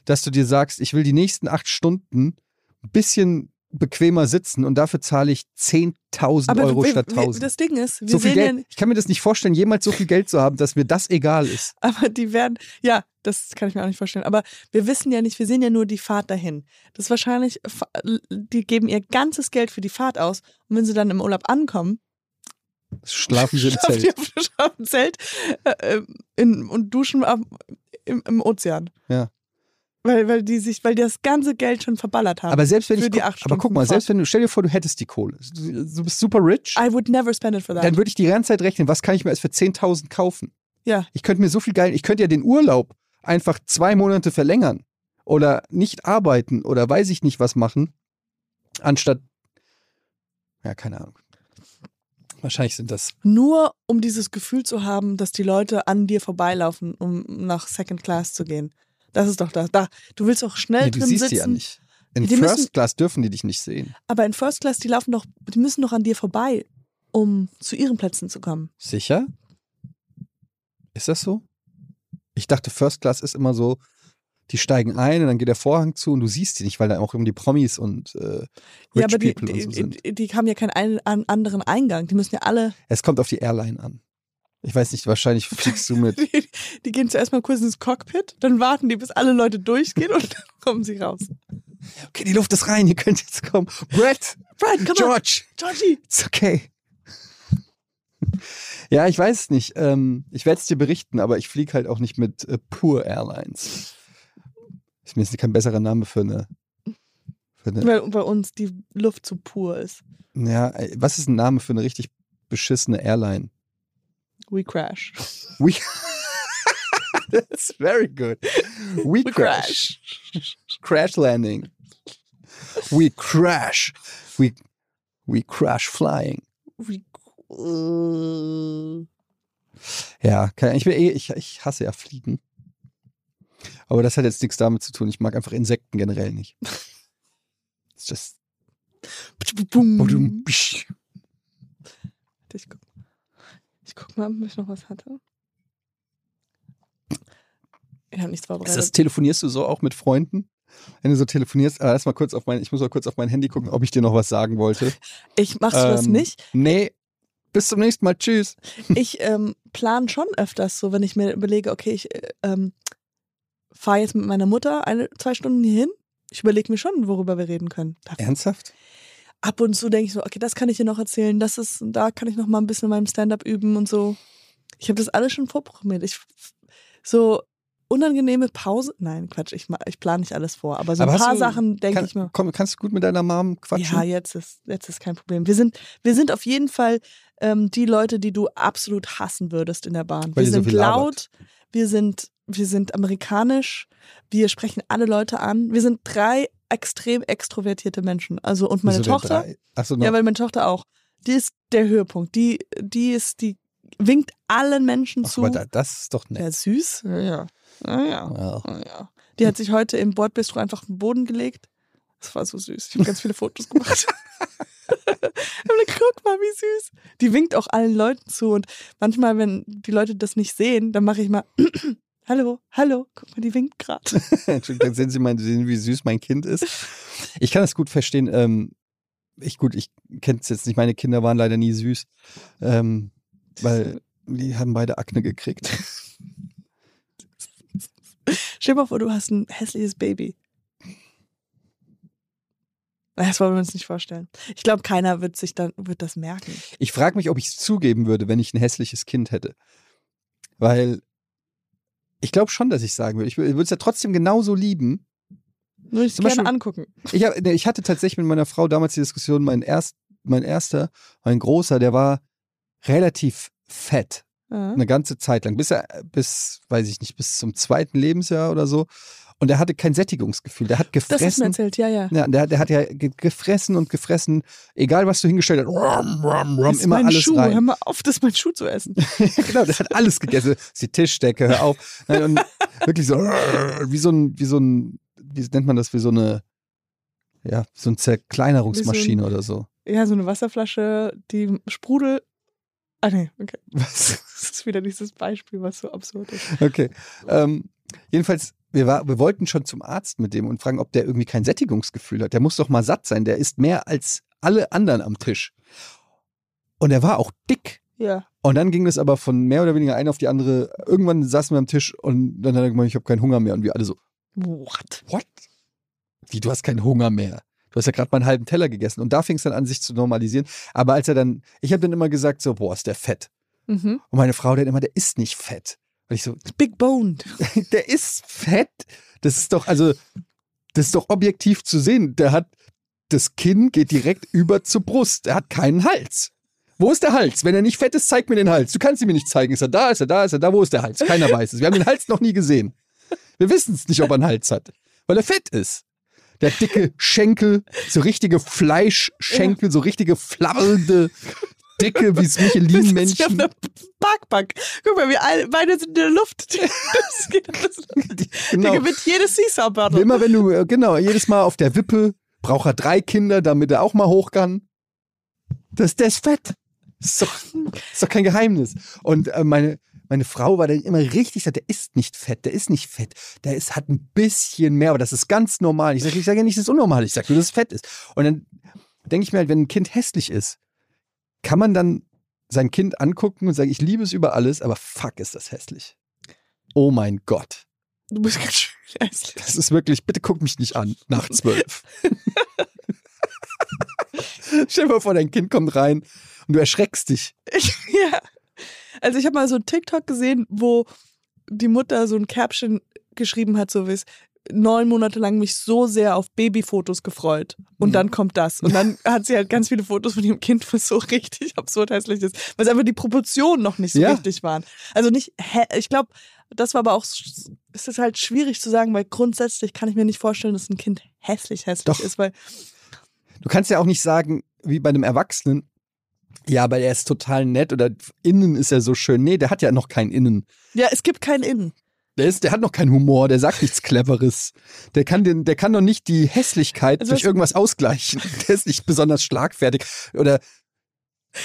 Speaker 2: dass du dir sagst, ich will die nächsten acht Stunden ein bisschen bequemer sitzen und dafür zahle ich 10.000
Speaker 1: Aber
Speaker 2: Euro
Speaker 1: wir,
Speaker 2: statt
Speaker 1: wir-
Speaker 2: 1.000.
Speaker 1: das Ding ist, wir
Speaker 2: so viel
Speaker 1: sehen
Speaker 2: Geld.
Speaker 1: ja,
Speaker 2: Ich kann mir das nicht vorstellen, jemals so viel Geld zu haben, dass mir das egal ist.
Speaker 1: aber die werden, ja, das kann ich mir auch nicht vorstellen. Aber wir wissen ja nicht, wir sehen ja nur die Fahrt dahin. Das ist wahrscheinlich, fa- die geben ihr ganzes Geld für die Fahrt aus und wenn sie dann im Urlaub ankommen,
Speaker 2: Schlafen sie im
Speaker 1: schlafen die
Speaker 2: Zelt.
Speaker 1: auf schlafen im Zelt äh, äh, in, und duschen am, im, im Ozean.
Speaker 2: Ja.
Speaker 1: Weil, weil die sich, weil die das ganze Geld schon verballert haben.
Speaker 2: Aber selbst wenn
Speaker 1: für
Speaker 2: ich,
Speaker 1: die
Speaker 2: guck-
Speaker 1: acht
Speaker 2: aber guck mal,
Speaker 1: Stunden
Speaker 2: selbst wenn du, stell dir vor, du hättest die Kohle, du du bist super rich,
Speaker 1: I would never spend it for that.
Speaker 2: dann würde ich die ganze Zeit rechnen, was kann ich mir erst für 10.000 kaufen?
Speaker 1: Ja.
Speaker 2: Ich könnte mir so viel geil, ich könnte ja den Urlaub einfach zwei Monate verlängern oder nicht arbeiten oder weiß ich nicht was machen, anstatt, ja, keine Ahnung. Wahrscheinlich sind das
Speaker 1: Nur um dieses Gefühl zu haben, dass die Leute an dir vorbeilaufen, um nach Second Class zu gehen. Das ist doch das. Da, du willst doch schnell
Speaker 2: Nee,
Speaker 1: Äh, drin
Speaker 2: du siehst
Speaker 1: sitzen.
Speaker 2: die ja nicht. In
Speaker 1: Die müssen-
Speaker 2: First Class dürfen die dich nicht sehen.
Speaker 1: Aber in First Class, die laufen doch, die müssen doch an dir vorbei, um zu ihren Plätzen zu kommen.
Speaker 2: Sicher? Ist das so? Ich dachte, First Class ist immer so, die steigen ein und dann geht der Vorhang zu und du siehst die nicht, weil da auch irgendwie die Promis und äh, Rich
Speaker 1: ja, aber die,
Speaker 2: People
Speaker 1: die,
Speaker 2: und so sind.
Speaker 1: die, haben ja keinen ein, an, anderen Eingang. Die müssen ja alle,
Speaker 2: Es kommt auf die Airline an. Ich weiß nicht, wahrscheinlich fliegst du mit.
Speaker 1: die, die gehen zuerst mal kurz ins Cockpit, dann warten die, bis alle Leute durchgehen und dann kommen sie raus.
Speaker 2: Okay, die Luft ist rein, ihr könnt jetzt kommen. Brett!
Speaker 1: Brad, komm mal,
Speaker 2: George!
Speaker 1: Georgie!
Speaker 2: It's okay. Ja, ich weiß es nicht. Ähm, ich werde es dir berichten, aber ich fliege halt auch nicht mit äh, Pure Airlines. Ist mir jetzt kein besserer Name für eine. Für eine
Speaker 1: Weil bei uns die Luft zu pur ist.
Speaker 2: ja, äh, was ist ein Name für eine richtig beschissene Airline?
Speaker 1: We crash.
Speaker 2: We. That's very good. We,
Speaker 1: We
Speaker 2: crash. Crash landing. We crash. We we crash flying.
Speaker 1: We, äh,
Speaker 2: Ja, keine- ich, bin eh, ich, ich hasse ja Fliegen. Aber das hat jetzt nichts damit zu tun. Ich mag einfach Insekten generell nicht. It's just.
Speaker 1: Warte, Ich guck, ich guck mal, ob ich noch was hatte. Ich habe nichts
Speaker 2: Ist das,
Speaker 1: vorbereitet.
Speaker 2: telefonierst du so auch mit Freunden? Wenn du so telefonierst, aber erstmal kurz auf mein, ich muss mal kurz auf mein Handy gucken, ob ich dir noch was sagen wollte.
Speaker 1: Ich mach's das
Speaker 2: Ähm,
Speaker 1: nicht.
Speaker 2: Nee. Bis zum nächsten Mal. Tschüss.
Speaker 1: Ich ähm, plane schon öfters so, wenn ich mir überlege, okay, ich äh, ähm, fahre jetzt mit meiner Mutter eine, zwei Stunden hierhin. Ich überlege mir schon, worüber wir reden können. Da-
Speaker 2: Ernsthaft?
Speaker 1: Ab und zu denke ich so, okay, das kann ich dir noch erzählen, das ist, da kann ich noch mal ein bisschen in meinem Stand-up üben und so. Ich habe das alles schon vorprogrammiert. Ich so unangenehme Pause. Nein, Quatsch, ich, ma- ich plane nicht alles vor, aber so
Speaker 2: Aber
Speaker 1: ein
Speaker 2: hast
Speaker 1: paar
Speaker 2: du-
Speaker 1: Sachen denke
Speaker 2: Kann,
Speaker 1: ich mir.
Speaker 2: komm, kannst du gut mit deiner Mom quatschen?
Speaker 1: Ja, jetzt ist, jetzt ist kein Problem. Wir sind, wir sind auf jeden Fall ähm, die Leute, die du absolut hassen würdest in der Bahn.
Speaker 2: Weil
Speaker 1: wir
Speaker 2: ihr so
Speaker 1: sind
Speaker 2: viel labert.
Speaker 1: laut, wir sind, wir sind amerikanisch, wir sprechen alle Leute an. Wir sind drei extrem extrovertierte Menschen. Also und meine
Speaker 2: Wieso denn
Speaker 1: Tochter.
Speaker 2: drei? Achso,
Speaker 1: Ja,
Speaker 2: ja,
Speaker 1: weil meine Tochter auch. Die ist der Höhepunkt. Die, die ist, die winkt allen Menschen
Speaker 2: Ach,
Speaker 1: zu.
Speaker 2: aber da, das ist doch nett.
Speaker 1: ja, süß. Ja, ja. Ja, ja.
Speaker 2: Wow.
Speaker 1: Ja, ja. Die hat sich heute im Bordbistro einfach auf den Boden gelegt. Das war so süß. Ich habe ganz viele Fotos gemacht. Aber guck mal, wie süß. Die winkt auch allen Leuten zu. Und manchmal, wenn die Leute das nicht sehen, dann mache ich mal, hallo, hallo, guck mal, die winkt gerade.
Speaker 2: Entschuldigung, dann sehen Sie mal, sehen, wie süß mein Kind ist. Ich kann das gut verstehen. Ähm, ich gut, ich kenne es jetzt nicht. Meine Kinder waren leider nie süß, ähm, weil die haben beide Akne gekriegt.
Speaker 1: Stell dir mal vor, du hast ein hässliches Baby. Das wollen wir uns nicht vorstellen. Ich glaube, keiner wird sich dann wird das merken.
Speaker 2: Ich frage mich, ob ich es zugeben würde, wenn ich ein hässliches Kind hätte. Weil ich glaube schon, dass ich sagen würde. Ich würde es ja trotzdem genauso lieben,
Speaker 1: Nur ich
Speaker 2: Zum
Speaker 1: gerne
Speaker 2: Beispiel-
Speaker 1: angucken.
Speaker 2: Ich, hab, nee, ich hatte tatsächlich mit meiner Frau damals die Diskussion, mein, erst, mein erster, mein großer, der war relativ fett,
Speaker 1: Ja.
Speaker 2: eine ganze Zeit lang, bis, er, bis, weiß ich nicht, bis zum zweiten Lebensjahr oder so. Und er hatte kein Sättigungsgefühl. Der hat
Speaker 1: Das ist mir
Speaker 2: gefressen.
Speaker 1: erzählt, ja, ja.
Speaker 2: Ja, der, der hat ja ge gefressen und gefressen, egal was du hingestellt hast, rum, rum, rum,
Speaker 1: Das ist
Speaker 2: immer
Speaker 1: mein
Speaker 2: alles
Speaker 1: Schuh.
Speaker 2: rein.
Speaker 1: Hör mal auf, das ist mein Schuh zu essen.
Speaker 2: genau, der hat alles gegessen. Das ist die Tischdecke, hör auf. Nein, und wirklich so, wie so ein, wie so ein, wie nennt man das, wie so eine, ja, so eine Zerkleinerungsmaschine oder so.
Speaker 1: Ja, so eine Wasserflasche, die Sprudel. Ah, nee, okay.
Speaker 2: Was?
Speaker 1: Das ist wieder dieses Beispiel, was so absurd ist.
Speaker 2: Okay. Ähm, jedenfalls, wir, war, wir wollten schon zum Arzt mit dem und fragen, ob der irgendwie kein Sättigungsgefühl hat. Der muss doch mal satt sein. Der isst mehr als alle anderen am Tisch. Und er war auch dick.
Speaker 1: Ja.
Speaker 2: Und dann ging das aber von mehr oder weniger eine auf die andere. Irgendwann saßen wir am Tisch und dann hat er gemeint, ich habe keinen Hunger mehr. Und wir alle so,
Speaker 1: What?
Speaker 2: What? Wie, du hast keinen Hunger mehr. Du hast ja gerade mal einen halben Teller gegessen. Und da fing es dann an, sich zu normalisieren. Aber als er dann, ich habe dann immer gesagt, so, boah, ist der fett.
Speaker 1: Mhm.
Speaker 2: Und meine Frau dann immer, der ist nicht fett. Und ich so,
Speaker 1: Big boned.
Speaker 2: der ist fett. Das ist doch, also, das ist doch objektiv zu sehen. Der hat, das Kinn geht direkt über zur Brust. Er hat keinen Hals. Wo ist der Hals? Wenn er nicht fett ist, zeig mir den Hals. Du kannst ihn mir nicht zeigen. Ist er da? Ist er da? Ist er da? Wo ist der Hals? Keiner weiß es. Wir haben den Hals noch nie gesehen. Wir wissen es nicht, ob er einen Hals hat, weil er fett ist. Der hat dicke Schenkel, so richtige Fleischschenkel, so richtige flabbelnde, dicke, wie es
Speaker 1: Das ist wie auf
Speaker 2: Michelin-Menschen.
Speaker 1: einer Parkbank. Guck mal, wir alle, beide sind in der Luft. Das geht alles.
Speaker 2: genau.
Speaker 1: Der gewinnt jedes Seesaw-Battle.
Speaker 2: Immer wenn du, äh, genau, jedes Mal auf der Wippe braucht er drei Kinder, damit er auch mal hoch kann. Das, der ist fett. Ist doch, ist doch kein Geheimnis. Und äh, meine, meine Frau war dann immer richtig, sagt, der ist nicht fett, der ist nicht fett. Der ist, hat ein bisschen mehr, aber das ist ganz normal. Ich sage ich sag ja nicht, das ist unnormal. Ich sage nur, dass es fett ist. Und dann denke ich mir halt, wenn ein Kind hässlich ist, kann man dann sein Kind angucken und sagen, ich liebe es über alles, aber fuck, ist das hässlich. Oh mein Gott.
Speaker 1: Du bist ganz schön hässlich.
Speaker 2: Das ist wirklich, bitte guck mich nicht an, nach zwölf. Stell dir mal vor, dein Kind kommt rein und du erschreckst dich.
Speaker 1: Ja. Also ich habe mal so ein TikTok gesehen, wo die Mutter so ein Caption geschrieben hat, so wie es neun Monate lang mich so sehr auf Babyfotos gefreut. Und
Speaker 2: Mhm.
Speaker 1: dann kommt das. Und dann hat sie halt ganz viele Fotos von ihrem Kind, was so richtig absurd hässlich ist. Weil es einfach die Proportionen noch nicht so
Speaker 2: Ja.
Speaker 1: richtig waren. Also nicht, hä- ich glaube, das war aber auch, sch- es ist halt schwierig zu sagen, weil grundsätzlich kann ich mir nicht vorstellen, dass ein Kind hässlich hässlich
Speaker 2: Doch.
Speaker 1: ist, weil
Speaker 2: Du kannst ja auch nicht sagen, wie bei einem Erwachsenen, ja, aber er ist total nett oder innen ist er so schön. Nee, der hat ja noch kein Innen.
Speaker 1: ja, es gibt kein Innen.
Speaker 2: Der, ist, der hat noch keinen Humor, der sagt nichts Cleveres. Der kann, den, der kann noch nicht die Hässlichkeit
Speaker 1: Also
Speaker 2: durch
Speaker 1: was-
Speaker 2: irgendwas ausgleichen. Der ist nicht besonders schlagfertig. Oder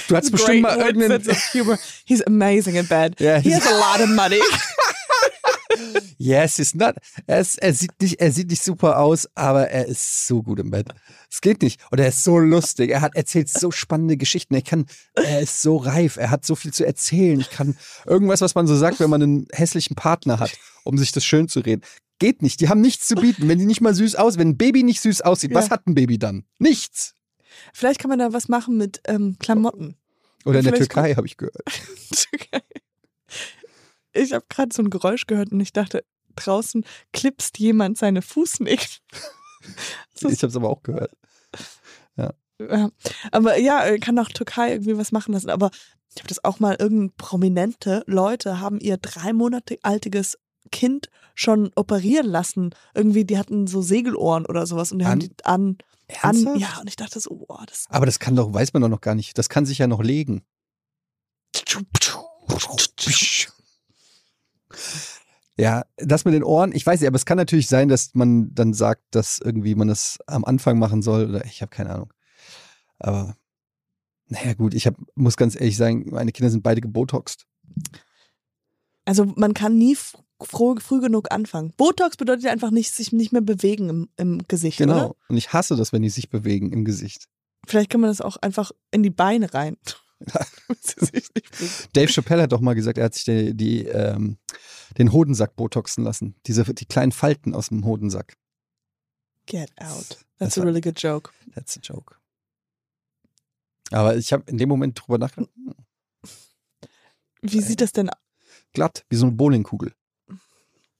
Speaker 2: du hast bestimmt
Speaker 1: Great
Speaker 2: mal
Speaker 1: words,
Speaker 2: irgendeinen.
Speaker 1: sense of humor. He's amazing in bed.
Speaker 2: Ja,
Speaker 1: He
Speaker 2: he's-
Speaker 1: has a lot of money.
Speaker 2: Yes, he's not. Er, ist, er, sieht nicht, er sieht nicht super aus, aber er ist so gut im Bett. Es geht nicht. Und er ist so lustig. Er hat erzählt so spannende Geschichten. Er kann, er ist so reif. Er hat so viel zu erzählen. Ich kann irgendwas, was man so sagt, wenn man einen hässlichen Partner hat, um sich das schön zu reden. Geht nicht. Die haben nichts zu bieten. Wenn die nicht mal süß aus, wenn ein Baby nicht süß aussieht,
Speaker 1: Ja.
Speaker 2: was hat ein Baby dann? Nichts.
Speaker 1: Vielleicht kann man da was machen mit ähm, Klamotten.
Speaker 2: Oder in der
Speaker 1: Vielleicht-
Speaker 2: Türkei habe ich gehört.
Speaker 1: Ich habe gerade so ein Geräusch gehört und ich dachte, draußen klipst jemand seine Fußnägel. Das
Speaker 2: Ich
Speaker 1: ist-
Speaker 2: habe es aber auch gehört.
Speaker 1: Ja. Aber ja, äh, kann auch Türkei irgendwie was machen lassen. Aber ich habe das auch mal, irgendein prominente Leute haben ihr drei Monate altiges Kind schon operieren lassen. Irgendwie, die hatten so Segelohren oder sowas und die
Speaker 2: An-
Speaker 1: haben die an, an.
Speaker 2: Ernsthaft?
Speaker 1: Ja, und ich dachte so, boah, das
Speaker 2: Aber das kann doch, weiß man doch noch gar nicht. Das kann sich ja noch legen. Ja, das mit den Ohren, ich weiß nicht, aber es kann natürlich sein, dass man dann sagt, dass irgendwie man das am Anfang machen soll oder ich habe keine Ahnung. Aber naja, gut, ich hab, muss ganz ehrlich sagen, meine Kinder sind beide gebotoxt.
Speaker 1: Also man kann nie f- früh, früh genug anfangen. Botox bedeutet ja einfach nicht, sich nicht mehr bewegen im, im Gesicht,
Speaker 2: Genau.
Speaker 1: oder?
Speaker 2: Und ich hasse das, wenn die sich bewegen im Gesicht.
Speaker 1: Vielleicht kann man das auch einfach in die Beine rein. Damit sie sich nicht bewegen.
Speaker 2: Dave Chappelle hat doch mal gesagt, er hat sich die, die, ähm, den Hodensack botoxen lassen. Diese, die kleinen Falten aus dem Hodensack.
Speaker 1: Get out.
Speaker 2: Das
Speaker 1: That's a
Speaker 2: war-
Speaker 1: really good joke.
Speaker 2: That's a joke. Aber ich habe in dem Moment drüber nachgedacht,
Speaker 1: Wie sieht das denn aus?
Speaker 2: glatt, wie so eine Bowlingkugel.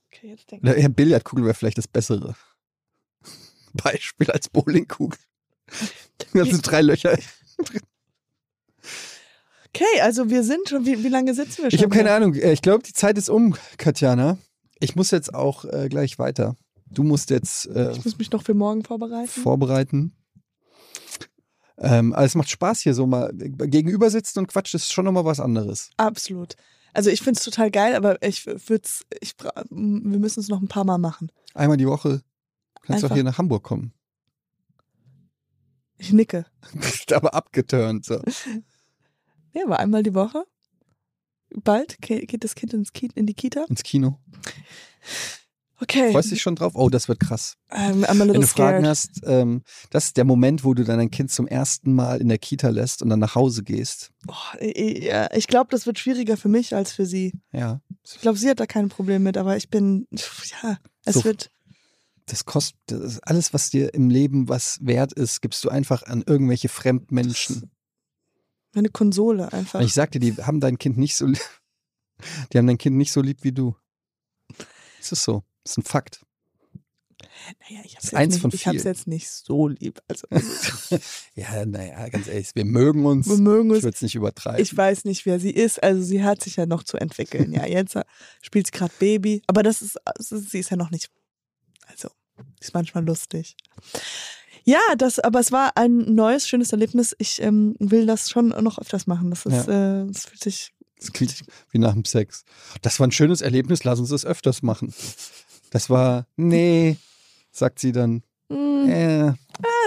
Speaker 1: Okay, jetzt denke
Speaker 2: Oder eher Billardkugel wäre vielleicht das bessere Beispiel als Bowlingkugel. Da sind drei Löcher.
Speaker 1: ich. Okay, also wir sind schon, wie, wie lange sitzen wir schon?
Speaker 2: Ich habe keine
Speaker 1: hier?
Speaker 2: Ahnung. Äh, Ich glaube, die Zeit ist um, Katjana. Ich muss jetzt auch äh, gleich weiter. Du musst jetzt äh,
Speaker 1: Ich muss mich noch für morgen vorbereiten.
Speaker 2: vorbereiten. Ähm, aber es macht Spaß hier so mal gegenüber sitzen und quatschen, ist schon nochmal was anderes.
Speaker 1: Absolut. Also ich find's total geil, aber ich würd's, ich, bra- m, wir müssen es noch ein paar Mal machen.
Speaker 2: Einmal die Woche kannst du auch
Speaker 1: Einfach.
Speaker 2: hier nach Hamburg kommen.
Speaker 1: Ich nicke.
Speaker 2: Bist aber abgeturnt. So.
Speaker 1: Ja, aber einmal die Woche. Bald ke- geht das Kind ins Ki in die Kita.
Speaker 2: Ins Kino.
Speaker 1: Okay.
Speaker 2: Freust dich schon drauf? Oh, das wird krass.
Speaker 1: I'm, I'm a
Speaker 2: Wenn
Speaker 1: little
Speaker 2: du Fragen
Speaker 1: scared.
Speaker 2: hast, ähm, das ist der Moment, wo du dann dein Kind zum ersten Mal in der Kita lässt und dann nach Hause gehst.
Speaker 1: Boah, i- i- ja, ich glaube, das wird schwieriger für mich als für sie.
Speaker 2: Ja.
Speaker 1: Ich glaube, sie hat da kein Problem mit, aber ich bin, pff, ja, es
Speaker 2: So.
Speaker 1: wird,
Speaker 2: Das kostet das ist alles, was dir im Leben was wert ist, gibst du einfach an irgendwelche Fremdmenschen.
Speaker 1: meine Konsole einfach.
Speaker 2: Und ich sagte, die haben dein Kind nicht so, li- die haben dein Kind nicht so lieb wie du. Es ist so, es ist ein Fakt.
Speaker 1: naja, ich
Speaker 2: ist
Speaker 1: hab's,
Speaker 2: eins
Speaker 1: jetzt
Speaker 2: von
Speaker 1: nicht, ich hab's
Speaker 2: vielen.
Speaker 1: jetzt nicht so lieb. Also,
Speaker 2: Ja, naja, ganz ehrlich, wir mögen uns.
Speaker 1: wir mögen
Speaker 2: Ich
Speaker 1: uns
Speaker 2: würde es nicht übertreiben.
Speaker 1: Ich weiß nicht, wer sie ist. Also sie hat sich ja noch zu entwickeln. Ja, jetzt spielt sie gerade Baby. Aber das ist, es ist- sie ist ja noch nicht. Also, ist manchmal lustig. Ja, das, aber es war ein neues, schönes Erlebnis. Ich ähm, will das schon noch öfters machen. Das ist, äh, das fühlt sich.
Speaker 2: Das klingt wie nach dem Sex. Das war ein schönes Erlebnis, lass uns das öfters machen. Das war, nee, sagt sie dann.
Speaker 1: Mm,
Speaker 2: Äh,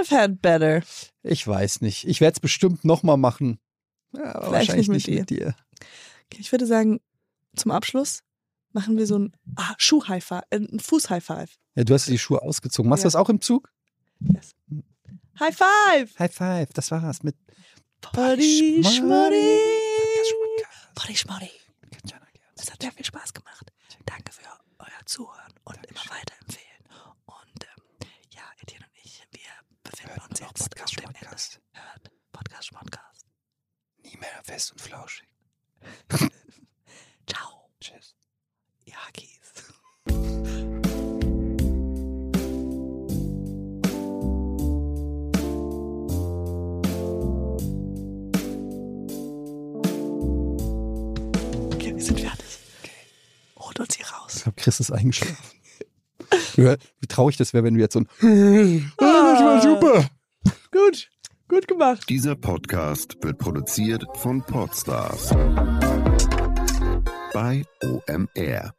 Speaker 1: I've had better.
Speaker 2: ich weiß nicht. Ich werde es bestimmt nochmal machen. Ja, aber
Speaker 1: Vielleicht
Speaker 2: wahrscheinlich nicht
Speaker 1: nicht
Speaker 2: mit
Speaker 1: mit
Speaker 2: dir.
Speaker 1: Okay, ich würde sagen, zum Abschluss machen wir so ein ah, Schuh-High-Five, äh, ein Fuß-High-Five.
Speaker 2: Ja, du hast die Schuhe ausgezogen. Machst du
Speaker 1: Ja.
Speaker 2: das auch im Zug?
Speaker 1: Yes. High-Five!
Speaker 2: High five, das war's mit
Speaker 1: Body Schmuddy! Body Schmuddy!
Speaker 2: Podcast.
Speaker 1: Es hat sehr viel Spaß gemacht. Danke für euer Zuhören und immer weiterempfehlen. Und ähm, ja, Etienne und ich, wir befinden
Speaker 2: Hört
Speaker 1: uns
Speaker 2: noch
Speaker 1: jetzt
Speaker 2: Podcast,
Speaker 1: auf dem
Speaker 2: Podcast.
Speaker 1: Ende. Hört Podcast, Podcast.
Speaker 2: Nie mehr fest und flauschig.
Speaker 1: Ciao,
Speaker 2: Tschüss.
Speaker 1: ihr Hackies. Okay, wir sind fertig. Holt uns hier raus.
Speaker 2: Ich glaube, Chris ist eingeschlafen. Hör, Wie traurig das wäre, wenn du jetzt so ein Das war super.
Speaker 1: Gut, gut gemacht.
Speaker 4: Dieser Podcast wird produziert von Podstars bei OMR.